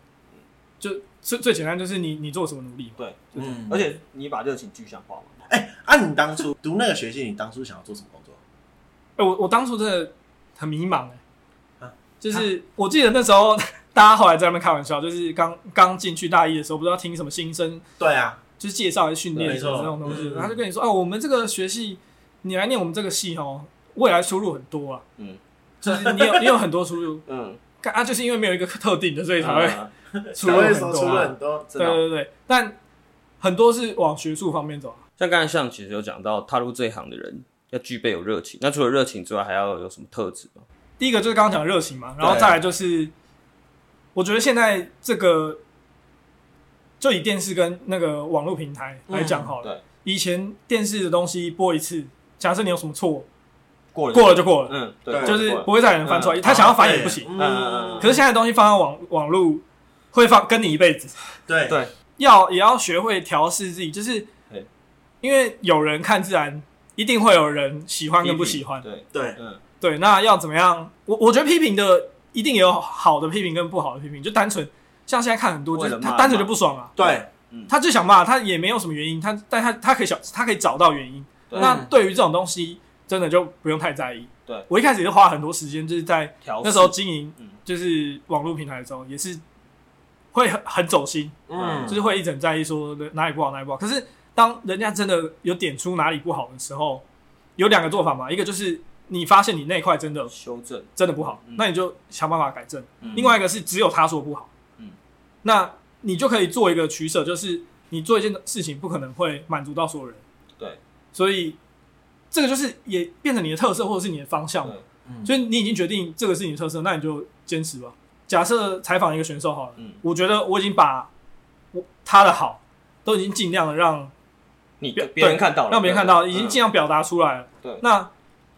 就最最简单就是你你做什么努力嘛，嗯，而且你把热情具象化嘛，哎、啊，你当初读那个学系，你当初想要做什么工作？哎、我我当初真的很迷茫哎、啊就是我记得那时候 大家后来在那边开玩笑，就是刚刚进去大一的时候，不知道听什么新生，对啊，就是介绍还是训练对什么这种没错东西，嗯然后就跟你说，哦、我们这个学系，你来念我们这个系哦，未来出路很多啊，嗯，就是你有你有很多出路，嗯，干啊，就是因为没有一个特定的，所以才会嗯出路很说多出了啊、很多，真对的对对，但很多是往学术方面走啊、像刚才像其实有讲到，踏入这一行的人要具备有热情，那除了热情之外，还要有什么特质吗？第一个就是刚刚讲的热情嘛，然后对再来就是，我觉得现在这个就以电视跟那个网络平台来讲好嗯了。对以前电视的东西播一次，假设你有什么错，过了过了就过了，嗯，对对，就是过了不会再有人翻出来。他想要翻也不行。嗯嗯嗯嗯可是现在东西放到网网络，会放跟你一辈子，对对要也要学会调试自己，就是对因为有人看自然，一定会有人喜欢跟不喜欢。对，对，嗯，对，那要怎么样？我我觉得批评的一定也有好的批评跟不好的批评，就单纯像现在看很多，就为了是他骂单纯骂就不爽啊，对，他就想骂，他也没有什么原因，他但他他可以想，他可以找到原因。对那对于这种东西，真的就不用太在意。对我一开始也是花很多时间，就是在调试那时候经营嗯，就是网络平台的时候，也是会很很走心，嗯，就是会一直很在意说哪里不好哪里不好。可是当人家真的有点出哪里不好的时候，有两个做法嘛，一个就是你发现你那一块真的修正，真的不好，嗯那你就想办法改正。嗯另外一个是只有他说不好，嗯那你就可以做一个取舍，就是你做一件事情不可能会满足到所有人，对，所以这个就是也变成你的特色或者是你的方向嘛对。嗯所以你已经决定这个是你的特色，那你就坚持吧。假设采访一个选手好了，嗯我觉得我已经把我他的好都已经尽量的让你别别人看到了，嗯让别人看到，对啊已经尽量表达出来了。对那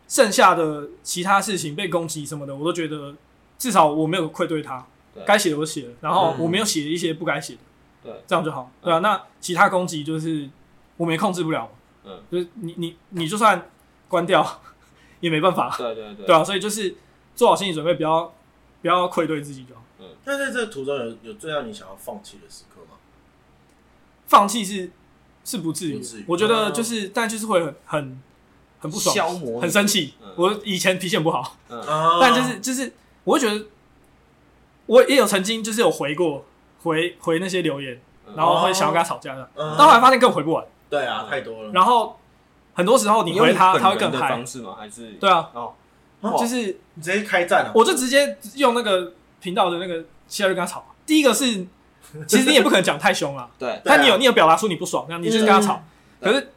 剩下的其他事情被攻击什么的，我都觉得至少我没有愧对他对，该写的我写了，然后嗯我没有写一些不该写的，对，这样就好，对啊。那其他攻击就是我们也控制不了，嗯，就是你你你就算关掉也没办法，对对对 对啊。所以就是做好心理准备，不要不要愧对自己就好。那在这个途中有有最让你想要放弃的时刻吗？放弃是是不至于不至于的，我觉哦得就是，但就是会很很很不爽，消磨你很生气嗯。我以前脾气很不好。嗯啊但就是就是，我会觉得，我也有曾经就是有回过回回那些留言，嗯哦然后会想要跟他吵架的，嗯但后来发现根本回不完。对啊，太多了。然后很多时候你嗯用回他，本他会更人的嗨方。式吗？还是对啊，哦，啊就哇是你直接开战了，啊我就直接用那个频道的那个现在就跟他吵。啊第一个是，其实你也不可能讲太凶了， 对对啊但你有你有表达出你不爽，那你就是跟他吵。嗯可是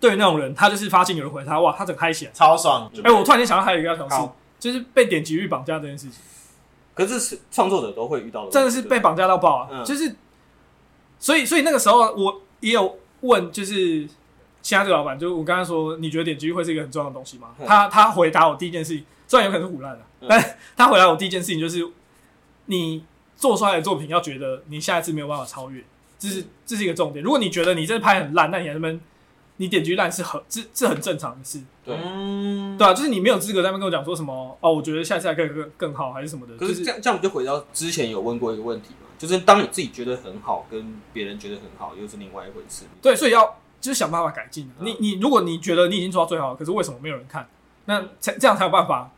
对于那种人，他就是发现有人回他，哇，他整个嗨起来。超爽。哎、我突然间想到还有一个要调试好，就是被点击率绑架这件事情。可是是创作者都会遇到的问题，真的是被绑架到爆啊！嗯就是，所以所以那个时候我也有问，就是现在这个老板，就是我刚刚说，你觉得点击率会是一个很重要的东西吗？嗯他他回答我第一件事情，虽然有可能是胡乱的，嗯但他回答我第一件事情就是，你做出来的作品要觉得你下一次没有办法超越，这嗯是这是一个重点。如果你觉得你这拍很烂，那你还在那边你点击率烂是很这这很正常的事，对嗯，对啊，就是你没有资格在那边跟我讲说什么哦，我觉得下一次还可以更更好还是什么的，可就是这样，这样我们就回到之前有问过一个问题嘛，就是当你自己觉得很好，跟别人觉得很好，又是另外一回事。对，所以要就是想办法改进。啊嗯你你如果你觉得你已经做到最好了，可是为什么没有人看？那嗯才这样才有办法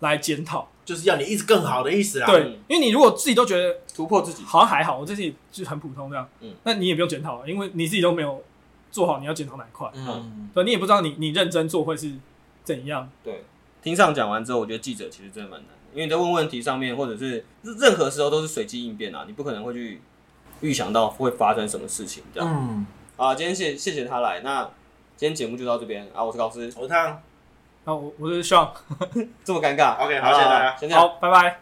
来检讨。就是要你一直更好的意思啦。啊啊对，因为你如果自己都觉得突破自己，好像还好，我这些就是很普通这样，嗯那你也不用检讨了，因为你自己都没有做好，你要检讨哪一块？嗯，对，你也不知道你你认真做会是怎样。对，听上讲完之后，我觉得记者其实真的蛮难的，因为你在问问题上面，或者是任何时候都是随机应变啊，你不可能会去预想到会发生什么事情这样。嗯，啊，今天谢谢谢他来，那今天节目就到这边啊，我是高斯，我烫然后我我是希望这么尴尬，OK，啊好，谢谢大家。先这样好，拜拜。